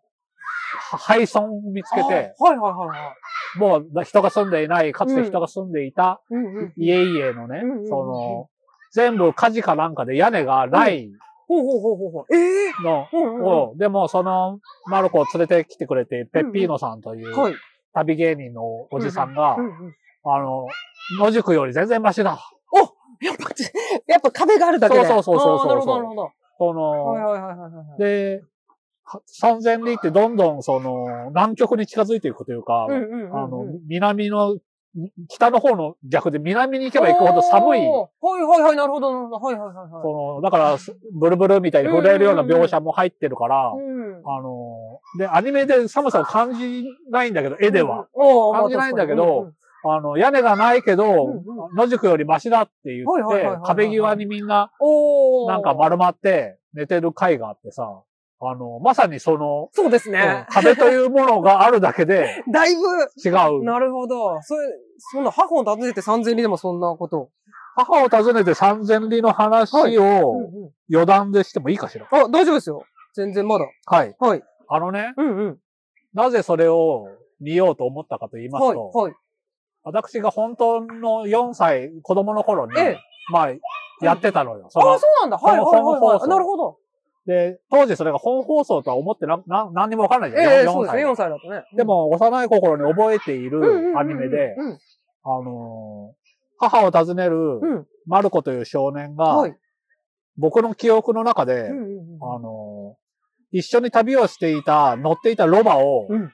[SPEAKER 3] は廃村を見つけて、
[SPEAKER 2] あはいはいはいはい。
[SPEAKER 3] もう人が住んでいない、かつて人が住んでいた
[SPEAKER 2] うんうん。
[SPEAKER 3] 家々のね、
[SPEAKER 2] うんうんうんうん
[SPEAKER 3] その、全部火事かなんかで屋根がない
[SPEAKER 2] ほうほうほうほうほう。ええ。
[SPEAKER 3] の
[SPEAKER 2] うんうん
[SPEAKER 3] を、でもその、マルコを連れてきてくれて、ペッピーノさんという
[SPEAKER 2] うん。はい。
[SPEAKER 3] 旅芸人のおじさんが
[SPEAKER 2] う、んうん。
[SPEAKER 3] あの、野宿より全然マシだ。
[SPEAKER 2] やっぱ、やっぱ壁があるだけで。
[SPEAKER 3] そうそうそうそ
[SPEAKER 2] あ
[SPEAKER 3] うそう
[SPEAKER 2] ーなるほど、なるほど。
[SPEAKER 3] その、
[SPEAKER 2] はいはいはいはいはい。
[SPEAKER 3] で、は3000里ってどんどんその、南極に近づいていくというか、
[SPEAKER 2] うんうんうんうん
[SPEAKER 3] あの、南の、に北の方の逆で南に行けば行くほど寒い、
[SPEAKER 2] おーはいはいはい、なるほど、なるほど。はいはいはいはい。
[SPEAKER 3] その、だから、すブルブルみたいに震えるような描写も入ってるから、
[SPEAKER 2] うん。
[SPEAKER 3] あの、で、アニメで寒さを感じないんだけど、絵では。
[SPEAKER 2] うん。おーまあ
[SPEAKER 3] 感じないんだけど
[SPEAKER 2] 確かにうんうん
[SPEAKER 3] あの、屋根がないけど、
[SPEAKER 2] うんう
[SPEAKER 3] 野宿よりマシだって言
[SPEAKER 2] はいはいはいはい
[SPEAKER 3] っ
[SPEAKER 2] は
[SPEAKER 3] て
[SPEAKER 2] い、
[SPEAKER 3] 壁際にみんな、
[SPEAKER 2] おー
[SPEAKER 3] なんか丸まって寝てる回があってさ、あの、まさにその、
[SPEAKER 2] そうです
[SPEAKER 3] うん
[SPEAKER 2] ね。
[SPEAKER 3] 壁というものがあるだ
[SPEAKER 2] [laughs]
[SPEAKER 3] けで
[SPEAKER 2] だいぶ、
[SPEAKER 3] 違う。
[SPEAKER 2] なるほど。それ、そんな、母を訪ねて3000里でもそんなことを。
[SPEAKER 3] 母を訪ねて三千里の話を
[SPEAKER 2] うんうん
[SPEAKER 3] 余談でしてもいいかしら。
[SPEAKER 2] あ、大丈夫ですよ。全然まだ。
[SPEAKER 3] はい。
[SPEAKER 2] はい。
[SPEAKER 3] あのね、
[SPEAKER 2] うんうん。
[SPEAKER 3] なぜそれを見ようと思ったかと言います
[SPEAKER 2] はい、
[SPEAKER 3] と、
[SPEAKER 2] はい。
[SPEAKER 3] 私が本当の4歳、子供の頃に
[SPEAKER 2] ええ、
[SPEAKER 3] まあ、やってたのよ。そ
[SPEAKER 2] ああ、
[SPEAKER 3] の
[SPEAKER 2] そうなんだ。はい、はい、
[SPEAKER 3] その
[SPEAKER 2] はい
[SPEAKER 3] 放
[SPEAKER 2] は
[SPEAKER 3] 送
[SPEAKER 2] い。なるほど。
[SPEAKER 3] で、当時それが本放送とは思ってな、な何にもわかんないじゃん。
[SPEAKER 2] ええ、
[SPEAKER 3] 4
[SPEAKER 2] そうですね。
[SPEAKER 3] 歳。
[SPEAKER 2] 4歳だとね。
[SPEAKER 3] でも、幼い頃に覚えてい
[SPEAKER 2] うん、うんうんうん
[SPEAKER 3] るアニメで、
[SPEAKER 2] うん。
[SPEAKER 3] あのー母を訪ね
[SPEAKER 2] う
[SPEAKER 3] る
[SPEAKER 2] ん。
[SPEAKER 3] マルコという少年が
[SPEAKER 2] は、い。
[SPEAKER 3] 僕の記憶の中で
[SPEAKER 2] う、んうんうん
[SPEAKER 3] あの、一緒に旅をしていた、乗っていたロバを、
[SPEAKER 2] うん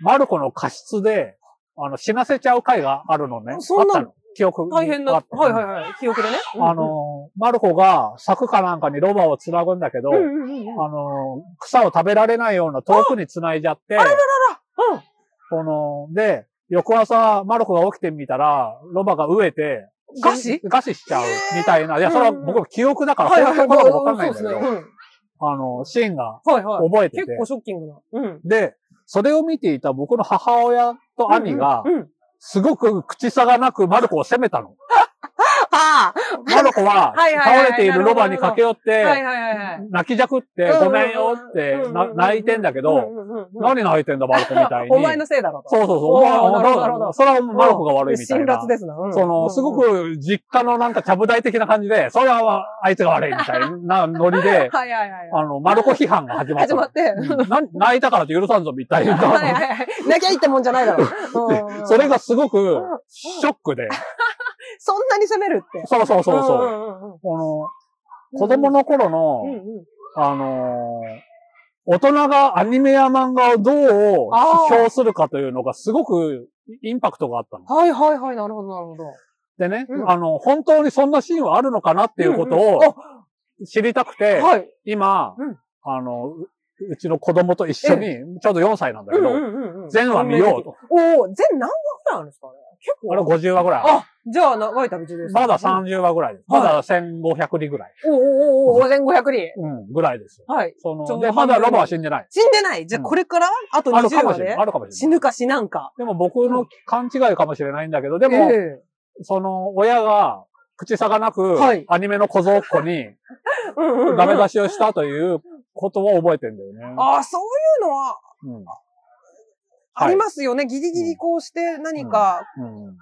[SPEAKER 3] マルコの過失で、あの、死なせちゃう回があるのね。
[SPEAKER 2] そんな
[SPEAKER 3] あったの記憶に
[SPEAKER 2] 大変な、
[SPEAKER 3] あ
[SPEAKER 2] は
[SPEAKER 3] っ
[SPEAKER 2] い
[SPEAKER 3] た
[SPEAKER 2] はいはい。記憶でね。
[SPEAKER 3] あの、マルコが柵かなんかにロバをつなぐんだけど、
[SPEAKER 2] うんうん、うんうんうんうん。
[SPEAKER 3] あの、草を食べられないような遠くにつないじゃって、
[SPEAKER 2] うん。
[SPEAKER 3] この、で、翌朝、マルコが起きてみたら、ロバが飢えて、
[SPEAKER 2] 餓死
[SPEAKER 3] 餓死しちゃう、みたいな。いや、それは僕の記憶だから、
[SPEAKER 2] はいは
[SPEAKER 3] 本
[SPEAKER 2] いは
[SPEAKER 3] 当
[SPEAKER 2] い。
[SPEAKER 3] かどうかわかんないんだけ
[SPEAKER 2] そう
[SPEAKER 3] ど
[SPEAKER 2] で、すね
[SPEAKER 3] あの、シーンが
[SPEAKER 2] うんはいはい。
[SPEAKER 3] 覚えてて
[SPEAKER 2] 結。構ショッキングな。うん。
[SPEAKER 3] で、それを見ていた僕の母親と兄が
[SPEAKER 2] う、ん。
[SPEAKER 3] すごく口差がなくマルコを責
[SPEAKER 2] [laughs]
[SPEAKER 3] めたの。
[SPEAKER 2] あ
[SPEAKER 3] マルコは、
[SPEAKER 2] はいはいはい
[SPEAKER 3] 倒れているロバに駆け寄っ
[SPEAKER 2] あはい
[SPEAKER 3] て、
[SPEAKER 2] はいはいはい。
[SPEAKER 3] 泣きじゃくって、ごめんよって
[SPEAKER 2] うんうんうん
[SPEAKER 3] な泣いてんだけ
[SPEAKER 2] うん
[SPEAKER 3] ど、
[SPEAKER 2] うんうんうん
[SPEAKER 3] 何泣いてんだマルコみ [laughs] たいに。
[SPEAKER 2] お前のせいだろと。
[SPEAKER 3] そうそうそう。
[SPEAKER 2] お
[SPEAKER 3] お
[SPEAKER 2] ーな
[SPEAKER 3] 前
[SPEAKER 2] るほどなるほど
[SPEAKER 3] それはマルコが悪いみたい
[SPEAKER 2] 辛
[SPEAKER 3] な
[SPEAKER 2] 辣。ですな。うん
[SPEAKER 3] その、すご、く実家のなんかちゃぶ台的な感じで、それはあいつが悪いみたいなノリ
[SPEAKER 2] うん
[SPEAKER 3] で、
[SPEAKER 2] はい
[SPEAKER 3] [laughs]
[SPEAKER 2] はいはいはい。
[SPEAKER 3] あの、マルコ批判が始まった
[SPEAKER 2] 始
[SPEAKER 3] の。
[SPEAKER 2] まって。
[SPEAKER 3] うんな泣いたからって許さんぞみたい
[SPEAKER 2] はい
[SPEAKER 3] な。
[SPEAKER 2] はいはい。なきゃいいってもんじゃない
[SPEAKER 3] [laughs]
[SPEAKER 2] だろ。うん
[SPEAKER 3] それ、がすごくショックで。
[SPEAKER 2] そんなに責めるって。
[SPEAKER 3] そうそうそうそう。
[SPEAKER 2] そ
[SPEAKER 3] この、子供の頃
[SPEAKER 2] うん。うん
[SPEAKER 3] の、
[SPEAKER 2] うん
[SPEAKER 3] あのー大人がアニメや漫画をどう
[SPEAKER 2] あー
[SPEAKER 3] 批評するかというのがすごくインパクトがあったの。
[SPEAKER 2] はいはいはい、なるほどなるほど。っ
[SPEAKER 3] でね、
[SPEAKER 2] うん
[SPEAKER 3] あの、本当にそんなシーンはあるのかなっていうことを知りたくて、
[SPEAKER 2] はい。
[SPEAKER 3] 今、
[SPEAKER 2] うん
[SPEAKER 3] あの、ううちの子供と一緒に、ちょうど4歳なんだけど、
[SPEAKER 2] うんうんうんうん
[SPEAKER 3] 全話見ようと。
[SPEAKER 2] おお、全何話くらいあるんですかね結構
[SPEAKER 3] あれ50話ぐらいある。
[SPEAKER 2] あ、じゃあ長い旅路ですね。
[SPEAKER 3] まだ30話ぐらいです。まだ1500里ぐらい。
[SPEAKER 2] おおおお、5500
[SPEAKER 3] うん、ぐらいですよ。
[SPEAKER 2] 人。はい。
[SPEAKER 3] その
[SPEAKER 2] ちょう、ど
[SPEAKER 3] で、まだロバは死んでない。
[SPEAKER 2] 死んでない。じゃあ
[SPEAKER 3] うん
[SPEAKER 2] これから、あと
[SPEAKER 3] あるか
[SPEAKER 2] 20
[SPEAKER 3] も
[SPEAKER 2] 話
[SPEAKER 3] しれ
[SPEAKER 2] で
[SPEAKER 3] ない。あるかもし
[SPEAKER 2] 死
[SPEAKER 3] れない。
[SPEAKER 2] ぬか死なんか。
[SPEAKER 3] でも僕の勘違いかもしれないんだけど、で
[SPEAKER 2] え
[SPEAKER 3] も、
[SPEAKER 2] え
[SPEAKER 3] その、親が、口差がなく
[SPEAKER 2] はい、
[SPEAKER 3] アニメの小僧っ子に、
[SPEAKER 2] うんうんうん
[SPEAKER 3] ダメ出しをしたということは覚えてんだよね。
[SPEAKER 2] ああ、そういうのは
[SPEAKER 3] うん
[SPEAKER 2] あ
[SPEAKER 3] はい
[SPEAKER 2] りますよね。ギリギリこうして何か。
[SPEAKER 3] うん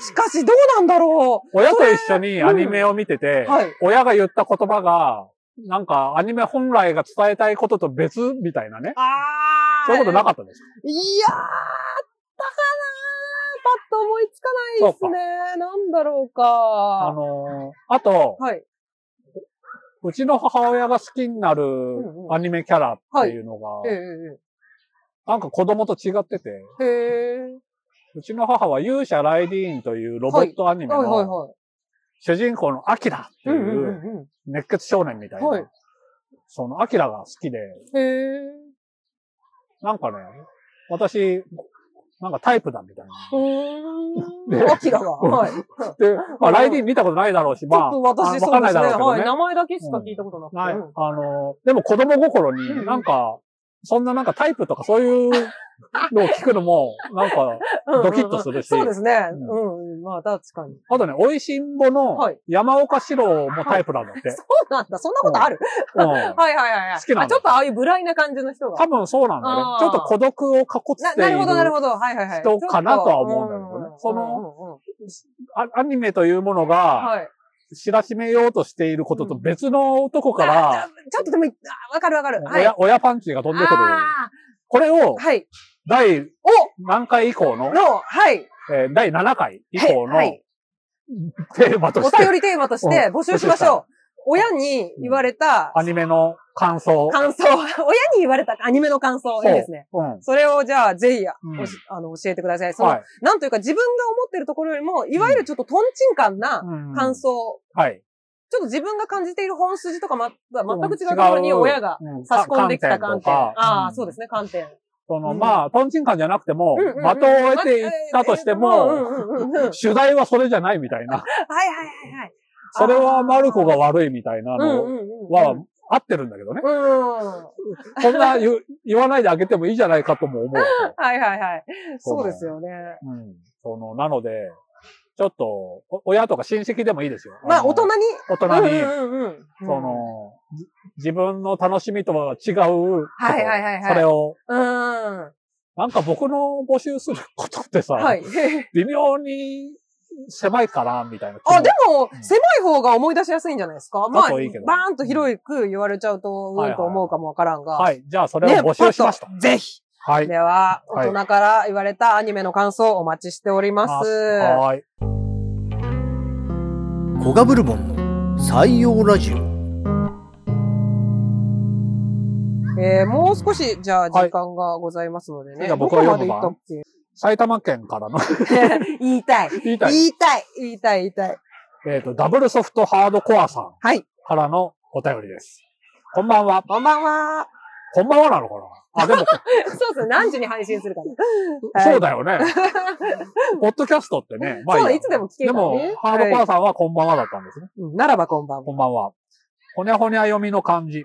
[SPEAKER 2] しかし、どうなんだろう。
[SPEAKER 3] 親と一緒にアニメを見てて、
[SPEAKER 2] はい。
[SPEAKER 3] 親が言った言葉が、なんかアニメ本来が伝えたいことと別みたいなね。
[SPEAKER 2] ああ。
[SPEAKER 3] そういうことなかったです。
[SPEAKER 2] いやー、あったかなー。パッと思いつかないですね。なんだろう
[SPEAKER 3] あ
[SPEAKER 2] か。
[SPEAKER 3] のーあと、
[SPEAKER 2] はい。
[SPEAKER 3] うちの母親が好きになる
[SPEAKER 2] んうん
[SPEAKER 3] アニメキャラっていうの
[SPEAKER 2] え
[SPEAKER 3] が、
[SPEAKER 2] え
[SPEAKER 3] なんか子供と違ってて、
[SPEAKER 2] ええ。へ
[SPEAKER 3] うちの母は勇者ライディーンというロボットアニ
[SPEAKER 2] え。
[SPEAKER 3] メ
[SPEAKER 2] はいはい
[SPEAKER 3] の
[SPEAKER 2] はい。
[SPEAKER 3] 主人公のアキラって
[SPEAKER 2] うんう
[SPEAKER 3] いうん
[SPEAKER 2] うん
[SPEAKER 3] 熱血少年みたい
[SPEAKER 2] はい
[SPEAKER 3] な、そのアキラが好きで、
[SPEAKER 2] うん。へえ。
[SPEAKER 3] なんかね、私、なんかタイプだみたいな。
[SPEAKER 2] うー
[SPEAKER 3] で
[SPEAKER 2] ん。アキラが。
[SPEAKER 3] [laughs]
[SPEAKER 2] はい。ち
[SPEAKER 3] で、まあ、ライディーン見たことないだろうし、ま
[SPEAKER 2] ょ
[SPEAKER 3] あ、
[SPEAKER 2] っと私そ
[SPEAKER 3] あわか
[SPEAKER 2] うんで
[SPEAKER 3] ない
[SPEAKER 2] すね。
[SPEAKER 3] だろうけど
[SPEAKER 2] は
[SPEAKER 3] ね。
[SPEAKER 2] い。名前だけしか聞いたことな
[SPEAKER 3] ない、
[SPEAKER 2] くて。
[SPEAKER 3] あの、でも子供心
[SPEAKER 2] うんう
[SPEAKER 3] に
[SPEAKER 2] ん
[SPEAKER 3] なんか、そんななんかタイプとかそういうのを聞くの
[SPEAKER 2] [laughs]
[SPEAKER 3] も、なんか、
[SPEAKER 2] うん
[SPEAKER 3] ドキッとするし
[SPEAKER 2] そうですね。
[SPEAKER 3] うん
[SPEAKER 2] うんうん。まあ、確かに。
[SPEAKER 3] あとね、美味しんぼ
[SPEAKER 2] は
[SPEAKER 3] の
[SPEAKER 2] い
[SPEAKER 3] 山岡四郎もタイプなんだって。
[SPEAKER 2] そうなんだ。そんなことある
[SPEAKER 3] うん
[SPEAKER 2] はいはいはいはい。
[SPEAKER 3] 好きなんだ
[SPEAKER 2] あちょっとああいう無頼な感じの人が
[SPEAKER 3] 多。分そうなんだね
[SPEAKER 2] あ。ー
[SPEAKER 3] ちょっと孤独を囲っ
[SPEAKER 2] な、
[SPEAKER 3] てい
[SPEAKER 2] なるほどなる
[SPEAKER 3] る
[SPEAKER 2] ほど。はいはいはい。
[SPEAKER 3] 人かなとは思うんだけ
[SPEAKER 2] ちょ
[SPEAKER 3] ど
[SPEAKER 2] っ
[SPEAKER 3] ね
[SPEAKER 2] と
[SPEAKER 3] そ、
[SPEAKER 2] うんうんうんうん
[SPEAKER 3] あアニメというものが
[SPEAKER 2] はい。
[SPEAKER 3] 知らしめようとしていることと別のとこから、
[SPEAKER 2] ちょっとでも、あわかるわかる。はい。
[SPEAKER 3] 親、親パンチが飛んでくる。
[SPEAKER 2] あ
[SPEAKER 3] これを
[SPEAKER 2] ー、はい。
[SPEAKER 3] 第
[SPEAKER 2] お
[SPEAKER 3] 何回以降
[SPEAKER 2] の、
[SPEAKER 3] の、
[SPEAKER 2] はい。
[SPEAKER 3] えー第7回以降の
[SPEAKER 2] はいはい
[SPEAKER 3] テーマと
[SPEAKER 2] お
[SPEAKER 3] し
[SPEAKER 2] 便
[SPEAKER 3] て、
[SPEAKER 2] りテーマとして募集しましょう。親に言われた
[SPEAKER 3] アニメの感想。
[SPEAKER 2] 感想。 [laughs] 親に言われたアニメの感想。いいですね。
[SPEAKER 3] うん。
[SPEAKER 2] それをじゃあ、ぜひ、
[SPEAKER 3] うん
[SPEAKER 2] おしあの、教えてください。その、
[SPEAKER 3] はい。
[SPEAKER 2] なんというか自分が思ってるところよりも、いわゆるちょっとトンチンカンな
[SPEAKER 3] うん
[SPEAKER 2] 感。想、
[SPEAKER 3] はい。
[SPEAKER 2] ちょっと自分が感じている本筋とかま、全く違うところに親が
[SPEAKER 3] うん。
[SPEAKER 2] 差し込んできた観点。ああ、そうですすね、観点。
[SPEAKER 3] その、
[SPEAKER 2] うん
[SPEAKER 3] まあ、トンチンカンじゃなくても
[SPEAKER 2] うんうんう、ん
[SPEAKER 3] 的を得ていったとしても、
[SPEAKER 2] うんうんうんうんはい
[SPEAKER 3] 主題はそれじゃないみたいな。
[SPEAKER 2] はいはいはい。
[SPEAKER 3] それはマルコが悪いみたいな
[SPEAKER 2] うんう
[SPEAKER 3] の
[SPEAKER 2] んうん。
[SPEAKER 3] は、合ってるんだけどね。
[SPEAKER 2] うん。は
[SPEAKER 3] そんな言う言わないであげてもいいじゃないかとも思う。
[SPEAKER 2] いはいはい。
[SPEAKER 3] そ
[SPEAKER 2] そ
[SPEAKER 3] うだ
[SPEAKER 2] う
[SPEAKER 3] ね
[SPEAKER 2] ですよね。
[SPEAKER 3] うん。その、なので、ちょっと、お親とか親戚でもいいですよ。
[SPEAKER 2] まあ、
[SPEAKER 3] の
[SPEAKER 2] 大人に。
[SPEAKER 3] 大人に、
[SPEAKER 2] うんうんうん。
[SPEAKER 3] その、じ自分の楽しみとは違うこと。
[SPEAKER 2] はいはいはいはい
[SPEAKER 3] それを、
[SPEAKER 2] うん。うん。
[SPEAKER 3] なんか僕の募集することってさ、
[SPEAKER 2] はい。
[SPEAKER 3] 微妙に狭いかな、みたいな。
[SPEAKER 2] [laughs] あ、でも
[SPEAKER 3] う、ん
[SPEAKER 2] 狭い方が思い出しやすいんじゃないですかま
[SPEAKER 3] だ
[SPEAKER 2] あ、バ
[SPEAKER 3] といいけど
[SPEAKER 2] ーンと広く言われちゃうと、
[SPEAKER 3] は
[SPEAKER 2] う
[SPEAKER 3] いはい
[SPEAKER 2] んと思うかもわからんが。
[SPEAKER 3] はい。じゃあ、それを募集しました。
[SPEAKER 2] ねパッとぜひ。
[SPEAKER 3] はい。
[SPEAKER 2] では、
[SPEAKER 3] はい
[SPEAKER 2] 大人から言われたアニメの感想お待ちしております。
[SPEAKER 3] はい。
[SPEAKER 4] コガブルボンの採用ラジオ
[SPEAKER 2] えー、もう少し、じゃあ、
[SPEAKER 3] は
[SPEAKER 2] 時
[SPEAKER 3] い
[SPEAKER 2] 間がございますのでね。
[SPEAKER 3] じゃあ僕
[SPEAKER 2] ど
[SPEAKER 3] が
[SPEAKER 2] こ
[SPEAKER 3] 読
[SPEAKER 2] ま
[SPEAKER 3] む
[SPEAKER 2] で行
[SPEAKER 3] 番
[SPEAKER 2] ったっけ
[SPEAKER 3] 埼玉県か
[SPEAKER 2] [laughs]
[SPEAKER 3] らの
[SPEAKER 2] 言いたい。
[SPEAKER 3] 言いたい、
[SPEAKER 2] 言いたい。言いたい、言いたい。
[SPEAKER 3] えっ、と、ダブルソフトハードコアさん
[SPEAKER 2] はい。
[SPEAKER 3] からのお便りです。こんばんは。
[SPEAKER 2] こんばんは。
[SPEAKER 3] こんばんはなのかな
[SPEAKER 2] [laughs]
[SPEAKER 3] あ、でも、
[SPEAKER 2] そうそう、何時に配信するかな。はい
[SPEAKER 3] [laughs] そう
[SPEAKER 2] [laughs]
[SPEAKER 3] だよね。ポッドキャストってね、まあいい
[SPEAKER 2] そうだ、
[SPEAKER 3] や
[SPEAKER 2] いつでも聞け
[SPEAKER 3] で
[SPEAKER 2] るから
[SPEAKER 3] も
[SPEAKER 2] ね。、
[SPEAKER 3] ハードパ
[SPEAKER 2] は
[SPEAKER 3] ーさんはこんばんはだったんですね。
[SPEAKER 2] いうんならばこんばんは。
[SPEAKER 3] こんばんは。ほにゃほにゃ読みの漢字。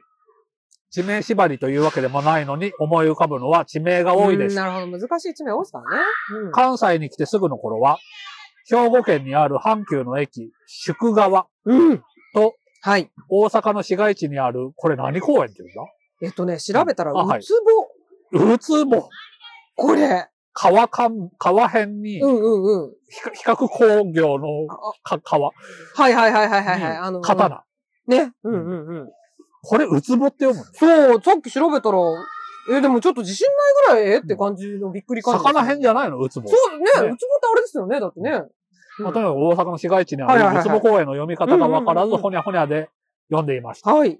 [SPEAKER 3] 地名縛りというわけでもないのに思い浮かぶのは地名が多いで
[SPEAKER 2] うん
[SPEAKER 3] す。
[SPEAKER 2] なるほど、難しい一面多いですからね。うん
[SPEAKER 3] 関西に来てすぐの頃は、兵庫県にある阪急の駅、宿川
[SPEAKER 2] うん。
[SPEAKER 3] と
[SPEAKER 2] はい。
[SPEAKER 3] 大阪の市街地にある、これ何公園って言
[SPEAKER 2] えっとね、調べたら、う
[SPEAKER 3] あはい
[SPEAKER 2] つぼ。
[SPEAKER 3] うんだうつぼ。
[SPEAKER 2] これ。
[SPEAKER 3] 川かん、川辺に、
[SPEAKER 2] うんうんうん。
[SPEAKER 3] 比較比較工業の
[SPEAKER 2] あ
[SPEAKER 3] か川
[SPEAKER 2] はいはいはいはいはい。はいあ
[SPEAKER 3] に
[SPEAKER 2] の、
[SPEAKER 3] 刀。
[SPEAKER 2] ね。うんうんうん。
[SPEAKER 3] これ、うつぼって読むの
[SPEAKER 2] そう、さっき調べたら、え、でもちょっと自信ないぐらい、えって感じのびっくり感じ。
[SPEAKER 3] 魚辺じ
[SPEAKER 2] ゃ
[SPEAKER 3] ゃないのうつぼ。
[SPEAKER 2] そうね、うち
[SPEAKER 3] ね
[SPEAKER 2] もってあれですよね、だってね。
[SPEAKER 3] まあ、とにかく大阪の市街地に
[SPEAKER 2] はいはい
[SPEAKER 3] あ
[SPEAKER 2] はい
[SPEAKER 3] る
[SPEAKER 2] は
[SPEAKER 3] ウ
[SPEAKER 2] い
[SPEAKER 3] ツボ公園の読み方がわから
[SPEAKER 2] うんうんうん
[SPEAKER 3] ず、
[SPEAKER 2] うん
[SPEAKER 3] ほにゃほにゃで読んでいました。
[SPEAKER 2] はい。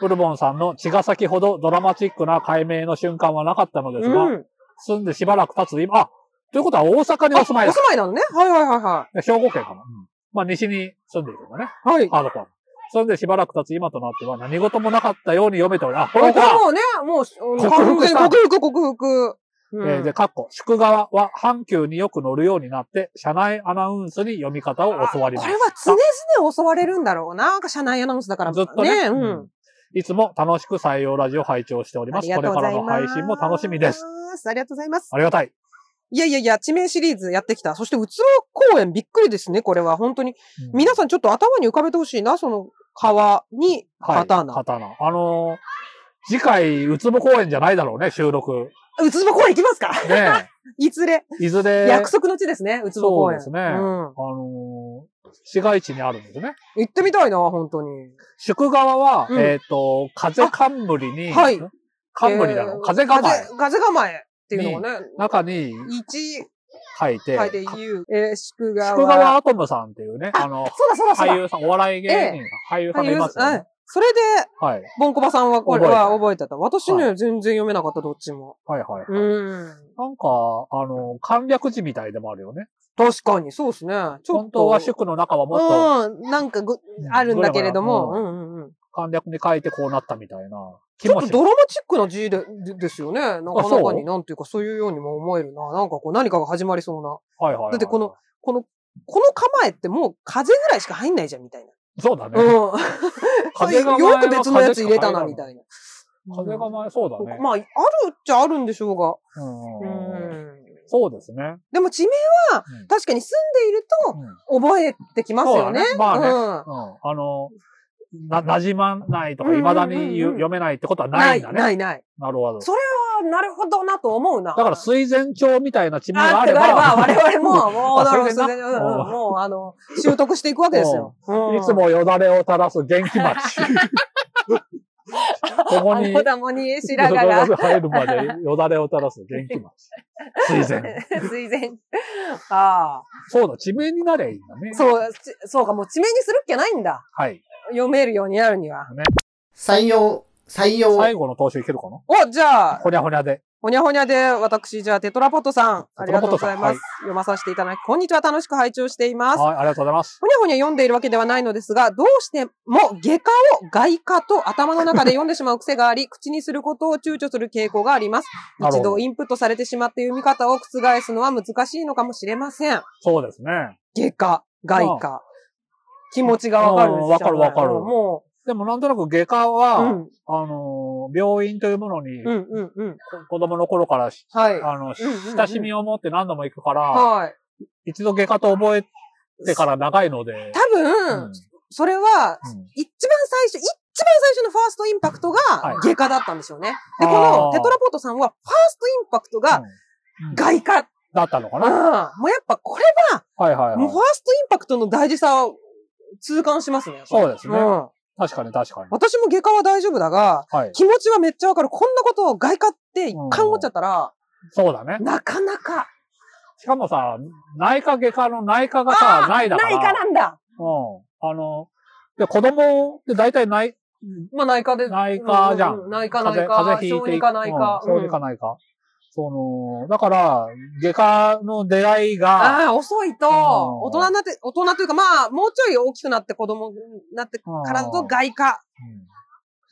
[SPEAKER 3] ブルボンさんの茅ヶ崎ほどドラマチックな解明の瞬間はなかったのですが、
[SPEAKER 2] うん。
[SPEAKER 3] 住んでしばらく経つ今、あ、ということは大阪にお住ま
[SPEAKER 2] お
[SPEAKER 3] いです。
[SPEAKER 2] 住まいなのね。はいはいはいは
[SPEAKER 3] 兵庫県かな。うんまあ、西に住んでいるのね。
[SPEAKER 2] い。はい。
[SPEAKER 3] ハードコア。住んでしばらく経つ今となっては何事もなかったように読めており、あ、こ
[SPEAKER 2] これ
[SPEAKER 3] れか
[SPEAKER 2] もうね、もう、
[SPEAKER 3] 克服
[SPEAKER 2] 完全
[SPEAKER 3] し
[SPEAKER 2] に
[SPEAKER 3] た
[SPEAKER 2] 克服、克服。う
[SPEAKER 3] え
[SPEAKER 2] ん
[SPEAKER 3] ーで、かっこ、宿川は阪急によく乗るようになって、車内アナウンスに読み方を教わりま
[SPEAKER 2] こ
[SPEAKER 3] し
[SPEAKER 2] れ
[SPEAKER 3] た
[SPEAKER 2] は。常々襲われるんだろうな。なんか社内アナウンスだから。
[SPEAKER 3] ずっとね
[SPEAKER 2] う。
[SPEAKER 3] うんいつも楽しく採用ラジオ拝聴しており
[SPEAKER 2] あ
[SPEAKER 3] ます。
[SPEAKER 2] りが
[SPEAKER 3] こと
[SPEAKER 2] う
[SPEAKER 3] れ
[SPEAKER 2] ご
[SPEAKER 3] か
[SPEAKER 2] ざ
[SPEAKER 3] ら
[SPEAKER 2] い
[SPEAKER 3] の
[SPEAKER 2] ます。
[SPEAKER 3] 配信も楽しみです。。
[SPEAKER 2] ありがとうございます。
[SPEAKER 3] ありがたい。
[SPEAKER 2] いやいやいや、地名シリーズやってきた。そして、うつろ公園びっくりですね、これは。本当に。
[SPEAKER 3] うん
[SPEAKER 2] 皆さんちょっと頭に浮かべてほしいな、その川
[SPEAKER 3] [laughs]
[SPEAKER 2] に
[SPEAKER 3] はい
[SPEAKER 2] 刀。
[SPEAKER 3] 刀。あのー次回、うつぼ公演じゃないだろうね、収録。
[SPEAKER 2] うつぼ公園行きますか
[SPEAKER 3] ね
[SPEAKER 2] いずれ。 [laughs]
[SPEAKER 3] え。いずれ、
[SPEAKER 2] 約束の地ですね、うつぼ公園。
[SPEAKER 3] そうです
[SPEAKER 2] ん。
[SPEAKER 3] ねあのー市街地にあるんですね。
[SPEAKER 2] 行ってみたいな、本当に。
[SPEAKER 3] 宿川は、
[SPEAKER 2] うん
[SPEAKER 3] えっ、と、風冠に、
[SPEAKER 2] あはい
[SPEAKER 3] 冠だろ、
[SPEAKER 2] えー
[SPEAKER 3] 風構え。
[SPEAKER 2] 風風構えっていうのがね。
[SPEAKER 3] 中に
[SPEAKER 2] 一、
[SPEAKER 3] 書いて、
[SPEAKER 2] 書いて言う。えー、宿川。
[SPEAKER 3] 宿川アトムさんっていうね、あの、
[SPEAKER 2] そうだそうだそうだ。
[SPEAKER 3] 俳優さん、お笑い芸人、俳優さんがいますよ
[SPEAKER 2] は
[SPEAKER 3] ね
[SPEAKER 2] い。。それで、
[SPEAKER 3] はい。
[SPEAKER 2] ボンコバさんはこれ
[SPEAKER 3] 覚えた
[SPEAKER 2] は覚えてた。私ね、全然読めなかった、どっちも。
[SPEAKER 3] はいはい、はい
[SPEAKER 2] うん。
[SPEAKER 3] なんか、あの、簡略字みたいでもあるよね。
[SPEAKER 2] 確かに、そうですね。ちょっ
[SPEAKER 3] 本
[SPEAKER 2] と。
[SPEAKER 3] 当は宿の中はもっと
[SPEAKER 2] うん、なんかぐ、あるんだけれども。
[SPEAKER 3] ぐ
[SPEAKER 2] う
[SPEAKER 3] ら
[SPEAKER 2] んうんうん。
[SPEAKER 3] 簡略に書いてこうなったみたいな気
[SPEAKER 2] ちょ
[SPEAKER 3] も
[SPEAKER 2] っと
[SPEAKER 3] し
[SPEAKER 2] ドラマチックな字で、でですよね。なかな
[SPEAKER 3] そ
[SPEAKER 2] か
[SPEAKER 3] う
[SPEAKER 2] になんていうか、そういうようにも思えるな。なんかこう、何かが始まりそうな。
[SPEAKER 3] はいはいはい
[SPEAKER 2] だってこの、この、この構えってもう風ぐらいしか入んないじゃん、みたいな。
[SPEAKER 3] そうだね。
[SPEAKER 2] うん。そういう
[SPEAKER 3] [laughs] 風が
[SPEAKER 2] よく別のやつ入れたな、みたいな。
[SPEAKER 3] 風が前、そうだね。
[SPEAKER 2] まあ、あるっちゃあるんでしょうが。
[SPEAKER 3] うん
[SPEAKER 2] うん
[SPEAKER 3] そうですね。
[SPEAKER 2] でも地名は
[SPEAKER 3] うん
[SPEAKER 2] 確かに住んでいる
[SPEAKER 3] うん
[SPEAKER 2] と覚えてきますよね。
[SPEAKER 3] そうだねまあね
[SPEAKER 2] うん
[SPEAKER 3] うんあの、な、馴染まないとか、未だに言
[SPEAKER 2] う
[SPEAKER 3] う
[SPEAKER 2] んうんうんうん
[SPEAKER 3] 読めないってことはな
[SPEAKER 2] ないい、
[SPEAKER 3] んだ
[SPEAKER 2] な
[SPEAKER 3] ね。
[SPEAKER 2] い、ない。
[SPEAKER 3] なるほど。
[SPEAKER 2] そあなるほどなと思うな。
[SPEAKER 3] だから、水前町みたいな地名が
[SPEAKER 2] あ
[SPEAKER 3] あ
[SPEAKER 2] っ
[SPEAKER 3] れ
[SPEAKER 2] て
[SPEAKER 3] ば、
[SPEAKER 2] なれば、我々も、もう、
[SPEAKER 3] あ
[SPEAKER 2] だ
[SPEAKER 3] それ
[SPEAKER 2] ろ
[SPEAKER 3] で
[SPEAKER 2] う、そ
[SPEAKER 3] な
[SPEAKER 2] れでうんうん
[SPEAKER 3] うん
[SPEAKER 2] もう、あの、習得していくわけですよ。うん
[SPEAKER 3] [laughs] いつ、もよだれを垂らす元
[SPEAKER 2] [laughs]
[SPEAKER 3] 気町。ここ
[SPEAKER 2] あ
[SPEAKER 3] に、
[SPEAKER 2] の、子供に
[SPEAKER 3] [laughs]
[SPEAKER 2] 白髪が、
[SPEAKER 3] 入るまでよだれを垂らす元気町。水前。 [laughs]
[SPEAKER 2] [laughs] 水前。あ
[SPEAKER 3] そうだ、地名になりゃいいんだね
[SPEAKER 2] あ。。そう、ちそうか、もう地名にするっきゃないんだ。
[SPEAKER 3] はい。
[SPEAKER 2] 読めるようになるには。
[SPEAKER 4] 採用、採用、
[SPEAKER 3] 最後の投手いけるかな
[SPEAKER 2] お、じゃあ、
[SPEAKER 3] ほにゃほにゃで。
[SPEAKER 2] ほにゃほにゃで、私、じゃあ、テトラポットさん、ありがとうございます。
[SPEAKER 3] テトラポットさんはい
[SPEAKER 2] 読まさせていただき、こんにちは、楽しく拝聴しています。
[SPEAKER 3] はい、ありがとうございます。
[SPEAKER 2] ほにゃほにゃ読んでいるわけではないのですが、どうしても外科を外科と頭の中で読んでしまう癖があり、 [laughs] 口にすることを躊躇する傾向があります。
[SPEAKER 3] なるほど
[SPEAKER 2] 一度インプットされてしまって読み方を覆すのは難しいのかもしれません。
[SPEAKER 3] そうですね。
[SPEAKER 2] 外科、外科。気持ちがわかる
[SPEAKER 3] うん
[SPEAKER 2] じゃない
[SPEAKER 3] わかるわかる
[SPEAKER 2] も
[SPEAKER 3] でもなんとなく外科
[SPEAKER 2] う、う
[SPEAKER 3] は、
[SPEAKER 2] ん、
[SPEAKER 3] あのー、病院というものに、
[SPEAKER 2] うん、うん、うん。
[SPEAKER 3] 子供の頃からし、
[SPEAKER 2] はい。
[SPEAKER 3] あ
[SPEAKER 2] うんう
[SPEAKER 3] の、
[SPEAKER 2] んうん
[SPEAKER 3] 親しみを持って何度も行くから、
[SPEAKER 2] はい。
[SPEAKER 3] 一度外科と覚えてから長いので
[SPEAKER 2] 多、
[SPEAKER 3] うん
[SPEAKER 2] 分、それは、
[SPEAKER 3] うん
[SPEAKER 2] 一番最初、一番最初のファーストインパクトが
[SPEAKER 3] い
[SPEAKER 2] 外科だったんですよね。で、
[SPEAKER 3] あー
[SPEAKER 2] このテトラポートさんは、ファーストインパクトが
[SPEAKER 3] うん
[SPEAKER 2] 外科。
[SPEAKER 3] だったのか
[SPEAKER 2] うん。もう
[SPEAKER 3] な
[SPEAKER 2] やっぱこれ
[SPEAKER 3] はいはい
[SPEAKER 2] は、もうファ
[SPEAKER 3] は
[SPEAKER 2] ーストインパクトの大事さを痛感しますね。
[SPEAKER 3] い。そうですね。
[SPEAKER 2] ん。
[SPEAKER 3] 確かに確かに。
[SPEAKER 2] 私も外科は大丈夫だが、
[SPEAKER 3] はい。
[SPEAKER 2] 気持ちはめっちゃわかる。こんなことを外科って一回思っちゃったら、
[SPEAKER 3] そうだね。
[SPEAKER 2] なかなか。
[SPEAKER 3] しかもさ、内科外科の内科がさ、ないだから。
[SPEAKER 2] 内科なんだ。
[SPEAKER 3] うん。あの、で、子供って大体内、
[SPEAKER 2] まあ内科で。
[SPEAKER 3] 内科じゃん。
[SPEAKER 2] うう内科、
[SPEAKER 3] 風
[SPEAKER 2] 内
[SPEAKER 3] 邪
[SPEAKER 2] 科。
[SPEAKER 3] 風邪
[SPEAKER 2] 小
[SPEAKER 3] ひいて
[SPEAKER 2] 児科、内科。
[SPEAKER 3] うん小児
[SPEAKER 2] う
[SPEAKER 3] 科
[SPEAKER 2] ん
[SPEAKER 3] 内科。その、だから、外科の出会いが、
[SPEAKER 2] ああ、遅いと、
[SPEAKER 3] うん
[SPEAKER 2] 大人になって、大人というか、まあ、もうちょい大きくなって子供になってからだと
[SPEAKER 3] うん
[SPEAKER 2] 外科。
[SPEAKER 3] うん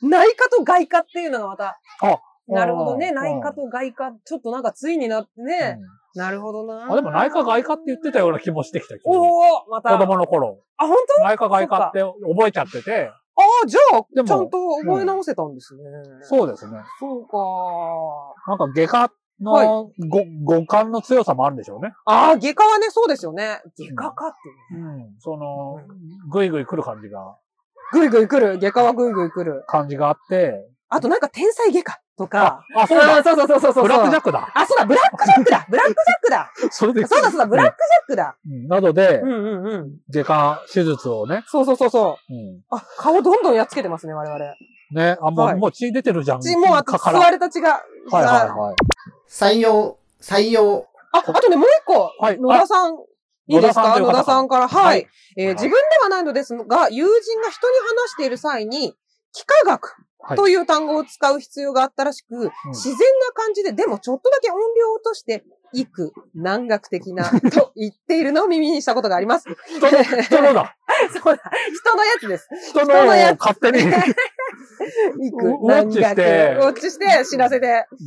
[SPEAKER 2] 内科と外科っていうのがまた。
[SPEAKER 3] あ
[SPEAKER 2] なるほど
[SPEAKER 3] う
[SPEAKER 2] ね。
[SPEAKER 3] ん
[SPEAKER 2] 内科と外科、ちょっとなんかついになってね。なるほどな。
[SPEAKER 3] あでも内科外科って言ってたような気もしてきたけど、子
[SPEAKER 2] おおまた。
[SPEAKER 3] 供の頃。
[SPEAKER 2] あ、本当？
[SPEAKER 3] 内科外科って覚えちゃってて、
[SPEAKER 2] ああ、じゃあ、
[SPEAKER 3] でも
[SPEAKER 2] ちゃんと覚え直せたんですね。
[SPEAKER 3] そうですね。
[SPEAKER 2] そうか。
[SPEAKER 3] なんか外科
[SPEAKER 2] は
[SPEAKER 3] のご五感の強さもあるんでしょうね。
[SPEAKER 2] ああ、外科はね、そうですよね。外科かっていうね。
[SPEAKER 3] うん。その、ぐいぐい来る感じが、
[SPEAKER 2] ぐいぐい来る。外科はぐいぐい来る。
[SPEAKER 3] 感じがあって、
[SPEAKER 2] あとなんか天才外科とか。
[SPEAKER 3] あ、そうだ
[SPEAKER 2] んそうそうそうそうそう。
[SPEAKER 3] ブラックジャックだ
[SPEAKER 2] あ、そうだ、ブラックジャックだブラックジャックだ
[SPEAKER 3] それで
[SPEAKER 2] そうだそうだ、ブラックジャックだ
[SPEAKER 3] うんなどで
[SPEAKER 2] う、んうんうん。
[SPEAKER 3] 外科手術をね、
[SPEAKER 2] そうそうそうそう。
[SPEAKER 3] うん
[SPEAKER 2] あ、顔どんどんやっつけてますね、我々。
[SPEAKER 3] ね、あ、も
[SPEAKER 2] は
[SPEAKER 3] う、
[SPEAKER 2] い
[SPEAKER 3] もう血出てるじゃん。
[SPEAKER 2] ち、もうあと、
[SPEAKER 3] か
[SPEAKER 2] 吸
[SPEAKER 3] ら。は
[SPEAKER 2] わ
[SPEAKER 3] い
[SPEAKER 2] れた血が。
[SPEAKER 3] はい
[SPEAKER 2] あ
[SPEAKER 3] はい。
[SPEAKER 4] 採用、採用、
[SPEAKER 2] あ、あとね、もう一個。
[SPEAKER 3] はい
[SPEAKER 2] 野田さん。いいです
[SPEAKER 3] 野田さん
[SPEAKER 2] か
[SPEAKER 3] という
[SPEAKER 2] 野
[SPEAKER 3] 方
[SPEAKER 2] 田さんから。はい。
[SPEAKER 3] はい
[SPEAKER 2] えー
[SPEAKER 3] はい
[SPEAKER 2] 自分ではないのですが、友人が人に話している際に、幾何学
[SPEAKER 3] はい
[SPEAKER 2] という単語を使う必要があったらしく、
[SPEAKER 3] ん
[SPEAKER 2] 自然な感じで、でもちょっとだけ音量を落として、幾難学的
[SPEAKER 3] [laughs]
[SPEAKER 2] な、と言っているのを耳にしたことがあります。
[SPEAKER 3] 人の、人のだ。
[SPEAKER 2] そうだ。人のやつ
[SPEAKER 3] [laughs]
[SPEAKER 2] です。
[SPEAKER 3] 人
[SPEAKER 2] の
[SPEAKER 3] の
[SPEAKER 2] や
[SPEAKER 3] を
[SPEAKER 2] つ [laughs]
[SPEAKER 3] 勝手に。
[SPEAKER 2] 行く。
[SPEAKER 3] ウォッチし
[SPEAKER 2] 何
[SPEAKER 3] て
[SPEAKER 2] 学ウォッチして、知らせて。
[SPEAKER 3] うん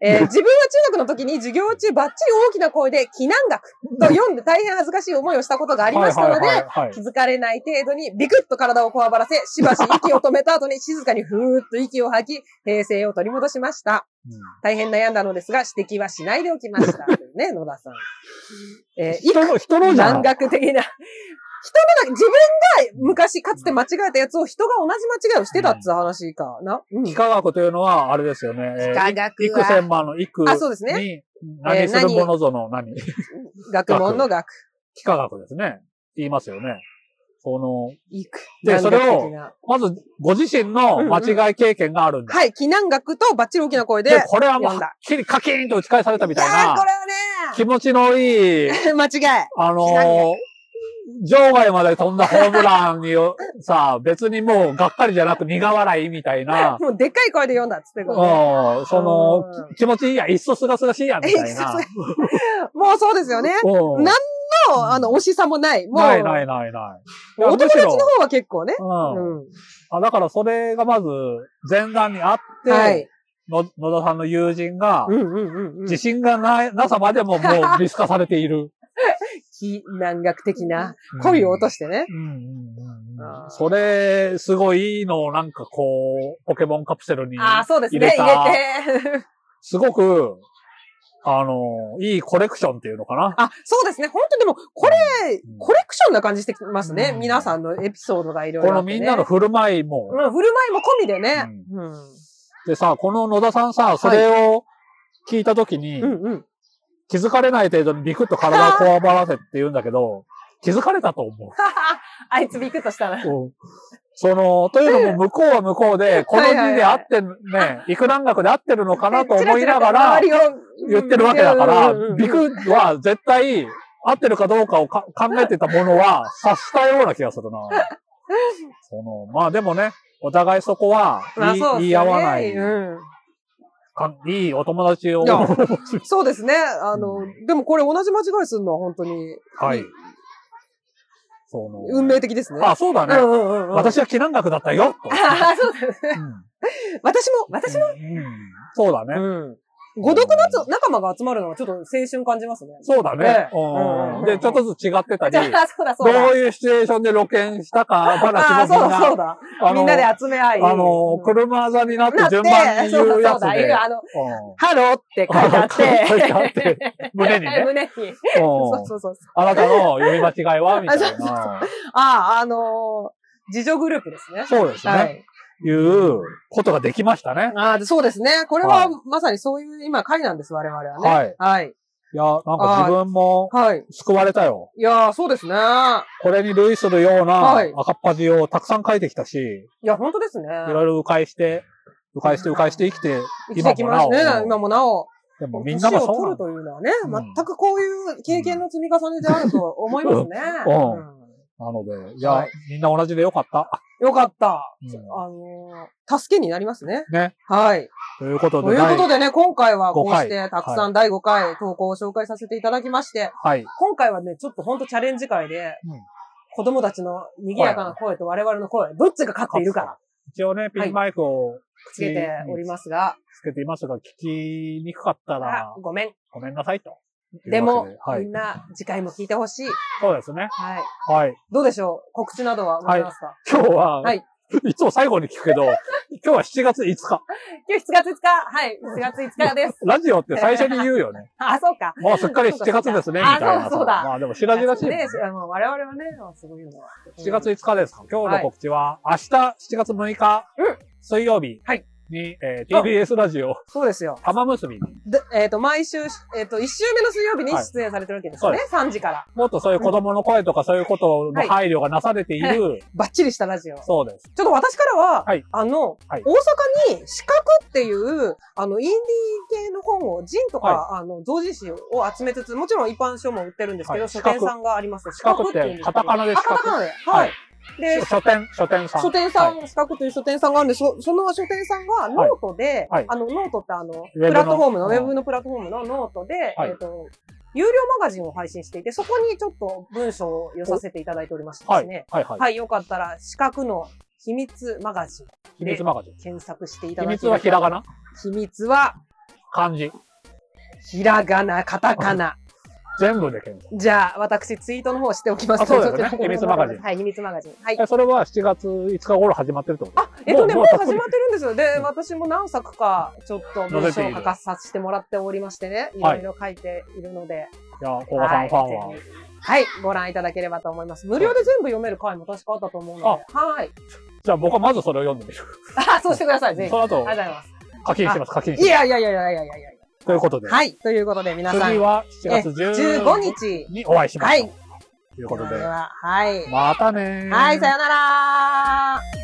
[SPEAKER 2] えー自分は中学の時に授業中ばっちり大きな声で、避難学と読んで大変恥ずかしい思いをしたことがありましたの
[SPEAKER 3] はい
[SPEAKER 2] で、
[SPEAKER 3] はいはいはい
[SPEAKER 2] 気づかれない程度にビクッと体をこわばらせ、しばし息を止めた後に静かにふーっと息を吐き、平静を取り戻しました。
[SPEAKER 3] うん
[SPEAKER 2] 大変悩んだのですが、指摘はしないでおきました。
[SPEAKER 3] [laughs]
[SPEAKER 2] ね、野田さん。えー、い
[SPEAKER 3] 人の、人のじゃ
[SPEAKER 2] 難
[SPEAKER 3] ん。
[SPEAKER 2] 学的な。人のだ、自分が昔かつて間違えたやつを人が同じ間違いをしてたっつう話かな。うん。
[SPEAKER 3] 幾何学というのは、あれですよね。えー
[SPEAKER 2] 学
[SPEAKER 3] 幾千万の幾
[SPEAKER 2] あそうですね
[SPEAKER 3] に、何するものぞの何。
[SPEAKER 2] 学問の学。
[SPEAKER 3] 幾何学ですね。言いますよね。その、
[SPEAKER 2] いく。
[SPEAKER 3] でそれを
[SPEAKER 2] 難学的な
[SPEAKER 3] まず、ご自身の間違い経験があるんだ。
[SPEAKER 2] はい、避難学とバッチリ大きな声で。
[SPEAKER 3] で、これはもう、
[SPEAKER 2] 読ん
[SPEAKER 3] はっ
[SPEAKER 2] だ
[SPEAKER 3] きりカキーンと打ち返されたみたい
[SPEAKER 2] やーこ
[SPEAKER 3] な、気
[SPEAKER 2] れ
[SPEAKER 3] 持ちのいい、
[SPEAKER 2] はね、間違い。
[SPEAKER 3] あの
[SPEAKER 2] 知らん
[SPEAKER 3] ー、場外まで飛んだホームランによさ、別にもうがっかりじゃなく苦笑いみた
[SPEAKER 2] [laughs]
[SPEAKER 3] いな、
[SPEAKER 2] もうでっかい声で読んだっつって
[SPEAKER 3] う
[SPEAKER 2] こ
[SPEAKER 3] ん
[SPEAKER 2] とね。、
[SPEAKER 3] その、
[SPEAKER 2] うん
[SPEAKER 3] き気持ちいいや、いっそすがすがしいや、みたいな。
[SPEAKER 2] もうそうですよね。
[SPEAKER 3] うん
[SPEAKER 2] なんもう、あの、惜しさもない。もう、
[SPEAKER 3] ないないないない。いや
[SPEAKER 2] お友達の
[SPEAKER 3] むし
[SPEAKER 2] 方は結構ね。う
[SPEAKER 3] ろうん
[SPEAKER 2] ん。
[SPEAKER 3] あだからそれがまず、前段にあって、
[SPEAKER 2] はい。
[SPEAKER 3] の野田さんの友人が
[SPEAKER 2] う、んうんうんうん。
[SPEAKER 3] 自信がない、なさまでももう見透かされている。
[SPEAKER 2] 非難学的な恋を落としてね。
[SPEAKER 3] うんうんうんうん
[SPEAKER 2] あー
[SPEAKER 3] それ、すごいいいのをなんかこう、ポケモンカプセルに、
[SPEAKER 2] ああ、そうです
[SPEAKER 3] 入
[SPEAKER 2] ね。
[SPEAKER 3] れた
[SPEAKER 2] 入れて。 [laughs]
[SPEAKER 3] すごく、あの、いいコレクションっていうのかな。
[SPEAKER 2] あ、そうですね。本当でも、これ
[SPEAKER 3] うん、
[SPEAKER 2] コレクションな感じしてきますね。
[SPEAKER 3] うん
[SPEAKER 2] 皆さんのエピソードがいろいろあ
[SPEAKER 3] この
[SPEAKER 2] って
[SPEAKER 3] み
[SPEAKER 2] ね。
[SPEAKER 3] んなの振る舞いも。
[SPEAKER 2] うん、振る舞いも込みでね。うん。
[SPEAKER 3] でさ、この野田さんさ、それを聞いたときに、
[SPEAKER 2] うん、うん。
[SPEAKER 3] 気づかれない程度にビクッと体をこわばらせって言うんだけど、気づかれたと思う。
[SPEAKER 2] [laughs] あいつビクッとしたな。
[SPEAKER 3] うんその、というのも向こうは向こうで、この字で合ってんね、幾何学で合ってるのかなと思いながら
[SPEAKER 2] チラチラと周りを
[SPEAKER 3] 言ってるわけだから
[SPEAKER 2] うんうんうんう、ん
[SPEAKER 3] ビクは絶対合ってるかどうかをか考えてたものは察したような気がす
[SPEAKER 2] [laughs]
[SPEAKER 3] るな。その、まあでもね、お互いそこは
[SPEAKER 2] まあ
[SPEAKER 3] 言い,、
[SPEAKER 2] そうですね
[SPEAKER 3] 合わない、
[SPEAKER 2] うん
[SPEAKER 3] かいいお友達を。
[SPEAKER 2] いやそうですね。あの
[SPEAKER 3] う、
[SPEAKER 2] でもこれ同じ間違いするのは本当に、
[SPEAKER 3] はい。その
[SPEAKER 2] 運命的ですね。
[SPEAKER 3] あ、そうだね。
[SPEAKER 2] うんうんうんうん。
[SPEAKER 3] 私は気難学だったよ、と。
[SPEAKER 2] あ [laughs] あ、そうだね。
[SPEAKER 3] うん
[SPEAKER 2] 私も、私も。
[SPEAKER 3] うんうんそうだね。
[SPEAKER 2] うん。孤独なつ仲間が集まるのがちょっと青春感じますね。
[SPEAKER 3] そうだね
[SPEAKER 2] ええ。
[SPEAKER 3] う
[SPEAKER 2] うんん
[SPEAKER 3] で、ちょっとずつ違ってたり、ど
[SPEAKER 2] あ、 [laughs] そうだ、
[SPEAKER 3] う
[SPEAKER 2] そうだ。
[SPEAKER 3] いうシチュエーションで露見したか
[SPEAKER 2] あ
[SPEAKER 3] 話
[SPEAKER 2] あ、そ
[SPEAKER 3] も
[SPEAKER 2] う
[SPEAKER 3] みん
[SPEAKER 2] だ、そう
[SPEAKER 3] な、
[SPEAKER 2] だ。
[SPEAKER 3] あ
[SPEAKER 2] みんなで集め合い。
[SPEAKER 3] あの、
[SPEAKER 2] うん
[SPEAKER 3] 車座になって
[SPEAKER 2] なって
[SPEAKER 3] 順番に言う
[SPEAKER 2] そ
[SPEAKER 3] やつ
[SPEAKER 2] うだ、そうだ、い
[SPEAKER 3] で。
[SPEAKER 2] るあの、ハローって書いてあっ。
[SPEAKER 3] [laughs] 書いてあってて、胸に
[SPEAKER 2] [laughs]
[SPEAKER 3] ね。
[SPEAKER 2] 胸に。
[SPEAKER 3] う
[SPEAKER 2] そ
[SPEAKER 3] ん
[SPEAKER 2] うそうそう。
[SPEAKER 3] あなたの読み間違いはみた
[SPEAKER 2] [laughs]
[SPEAKER 3] いな。
[SPEAKER 2] ああ、あのー、自助グループですね。
[SPEAKER 3] そうです
[SPEAKER 2] は
[SPEAKER 3] ね。
[SPEAKER 2] い。
[SPEAKER 3] いうことができましたね。
[SPEAKER 2] ああ、でそうですね。これ
[SPEAKER 3] は
[SPEAKER 2] はいまさにそういう今会なんです、我々はね。
[SPEAKER 3] はい。
[SPEAKER 2] はい。
[SPEAKER 3] いや、なんか自分も
[SPEAKER 2] はい。
[SPEAKER 3] 救われたよ。
[SPEAKER 2] いやー、そうですね。い
[SPEAKER 3] これに類するような
[SPEAKER 2] はい
[SPEAKER 3] 赤っ端をたくさん書いてきたし、
[SPEAKER 2] や、本当ですね。
[SPEAKER 3] いろいろ迂回して、迂回して迂回して生きて、
[SPEAKER 2] 生きてきますね
[SPEAKER 3] 今もなお。
[SPEAKER 2] 今もなお。
[SPEAKER 3] でもみん
[SPEAKER 2] 年
[SPEAKER 3] なが
[SPEAKER 2] を
[SPEAKER 3] そ
[SPEAKER 2] 取る
[SPEAKER 3] うなんだ。
[SPEAKER 2] というのはね、
[SPEAKER 3] うん。
[SPEAKER 2] 全くこういう経験の積み重ねであると思いますね
[SPEAKER 3] [laughs] うん
[SPEAKER 2] うん
[SPEAKER 3] なので、いや、
[SPEAKER 2] はい
[SPEAKER 3] みんな同じでよかった。
[SPEAKER 2] よかった。
[SPEAKER 3] うん
[SPEAKER 2] あのー助けになりますね。
[SPEAKER 3] ね。
[SPEAKER 2] はい。
[SPEAKER 3] ということ
[SPEAKER 2] と
[SPEAKER 3] で、
[SPEAKER 2] いうこと
[SPEAKER 3] 第
[SPEAKER 2] でね、今回はこうし
[SPEAKER 3] 五
[SPEAKER 2] て、
[SPEAKER 3] 回
[SPEAKER 2] たくさん第5回投稿を紹介させていただきまして、
[SPEAKER 3] はい。
[SPEAKER 2] 今回はね、ちょっとほんとチャレンジ会で、
[SPEAKER 3] うん
[SPEAKER 2] 子供たちの賑やかな声と我々の声、どっちが勝っているか、
[SPEAKER 3] 一応ね、ピンマイクを
[SPEAKER 2] つけておりますが、
[SPEAKER 3] つけていますが、聞きにくかったら
[SPEAKER 2] あ、ごめん。
[SPEAKER 3] ごめんなさいと。
[SPEAKER 2] でも
[SPEAKER 3] というわけで
[SPEAKER 2] みん
[SPEAKER 3] はい。
[SPEAKER 2] な次回も聞いてほしい。
[SPEAKER 3] そうですね。
[SPEAKER 2] はい。
[SPEAKER 3] はい。
[SPEAKER 2] どうでしょう告知などはございますか、
[SPEAKER 3] 今日は、
[SPEAKER 2] はいい、
[SPEAKER 3] つも最後に聞くけ
[SPEAKER 2] [laughs]
[SPEAKER 3] ど、今日は7月5日。
[SPEAKER 2] 今日7月5日はい、7月5日
[SPEAKER 3] [laughs]
[SPEAKER 2] です。
[SPEAKER 3] ラジオって最初に言う
[SPEAKER 2] [laughs]
[SPEAKER 3] よね。
[SPEAKER 2] あ、そうか。
[SPEAKER 3] もうすっかり7月ですね、み
[SPEAKER 2] あ
[SPEAKER 3] たいな。
[SPEAKER 2] そうだそうだ
[SPEAKER 3] まあでも、しらじらしいもんね。
[SPEAKER 2] ね、あの我々はね、そういうのは。
[SPEAKER 3] 7月5日ですか。今日の告知は、明日7月6日、
[SPEAKER 2] うん
[SPEAKER 3] 水曜日
[SPEAKER 2] はい
[SPEAKER 3] に、えー TBS ラジオ、
[SPEAKER 2] そうですよ。
[SPEAKER 3] 玉結びに、
[SPEAKER 2] でえっ、と、毎週、えっ、と、1週目の水曜日に出演されてるわけですよね。3時から。
[SPEAKER 3] もっとそういう子供の声とかそういうことの配慮がなされている、
[SPEAKER 2] バッチリしたラジオ。ちょ
[SPEAKER 3] そうです。
[SPEAKER 2] っと私からは、
[SPEAKER 3] はい
[SPEAKER 2] あの、
[SPEAKER 3] はい
[SPEAKER 2] 大阪に四角っていう、あの、インディー系の本を、ジンとか、あの、同人誌を集めつつ、もちろん一般書も売ってるんですけど、
[SPEAKER 3] はい
[SPEAKER 2] 書店さんがあります。四
[SPEAKER 3] 角って
[SPEAKER 2] いうんです
[SPEAKER 3] カ
[SPEAKER 2] け
[SPEAKER 3] タ
[SPEAKER 2] ど
[SPEAKER 3] カナで
[SPEAKER 2] あ
[SPEAKER 3] 四
[SPEAKER 2] カタ
[SPEAKER 3] 角
[SPEAKER 2] カナで。はい。で、
[SPEAKER 3] 書店、書店さん。
[SPEAKER 2] 書店さん、
[SPEAKER 3] はい
[SPEAKER 2] 四角という書店さんがあるんで、そその書店さんがノートで、
[SPEAKER 3] はいはい
[SPEAKER 2] あの、ノートってあの、
[SPEAKER 3] ブの
[SPEAKER 2] プラットフォームの、
[SPEAKER 3] う
[SPEAKER 2] ウ
[SPEAKER 3] ん
[SPEAKER 2] ェブのプラットフォームのノートで、
[SPEAKER 3] はい
[SPEAKER 2] えっ、と、有料マガジンを配信していて、そこにちょっと文章を寄させていただいておりましてで
[SPEAKER 3] は
[SPEAKER 2] すね
[SPEAKER 3] い。。はい、はい。
[SPEAKER 2] はい、よかったら、四角の秘密マガジン
[SPEAKER 3] 秘密マガジン。
[SPEAKER 2] 検索していた
[SPEAKER 3] 秘
[SPEAKER 2] だき
[SPEAKER 3] 密はひらがな
[SPEAKER 2] 秘密は、
[SPEAKER 3] 漢字。
[SPEAKER 2] ひらがな、カタカナ。
[SPEAKER 3] 全部で検索。
[SPEAKER 2] じゃあ、私、ツイートの方しておきます
[SPEAKER 3] あそうですね
[SPEAKER 2] ちょっと
[SPEAKER 3] 秘密マガジン
[SPEAKER 2] はい、秘密マガジン。はい。
[SPEAKER 3] えそれは7月5日頃始まってるってこと
[SPEAKER 2] あ、えっとね、
[SPEAKER 3] も
[SPEAKER 2] も
[SPEAKER 3] う
[SPEAKER 2] う
[SPEAKER 3] もう
[SPEAKER 2] 始まってるんですよ。で、私も何作か、ちょっと文章を書かさせてもらっておりましてね、いろ
[SPEAKER 3] はい
[SPEAKER 2] いろ書いているので、
[SPEAKER 3] いや、古賀さ
[SPEAKER 2] は
[SPEAKER 3] ん
[SPEAKER 2] い、
[SPEAKER 3] ファンは
[SPEAKER 2] ぜ。ひはい、ご覧いただければと思います。無料で全部読める回も確かあったと思うので、はい。
[SPEAKER 3] じゃあ僕はまずそれを読んでみる。
[SPEAKER 2] あ、そうしてください、ぜひ。
[SPEAKER 3] そ
[SPEAKER 2] あ
[SPEAKER 3] の後
[SPEAKER 2] り、がとうございます。
[SPEAKER 3] 課金してます、課金し
[SPEAKER 2] い
[SPEAKER 3] て
[SPEAKER 2] やいやいやいやいやいやいや。
[SPEAKER 3] ます。ということで、
[SPEAKER 2] はい、ということで皆さ
[SPEAKER 3] 次
[SPEAKER 2] ん、
[SPEAKER 3] は7月
[SPEAKER 2] 15
[SPEAKER 3] 15
[SPEAKER 2] 日。
[SPEAKER 3] にお会いしましょう。
[SPEAKER 2] は
[SPEAKER 3] ということで
[SPEAKER 2] で、ははい。
[SPEAKER 3] またねー
[SPEAKER 2] はい、さよなら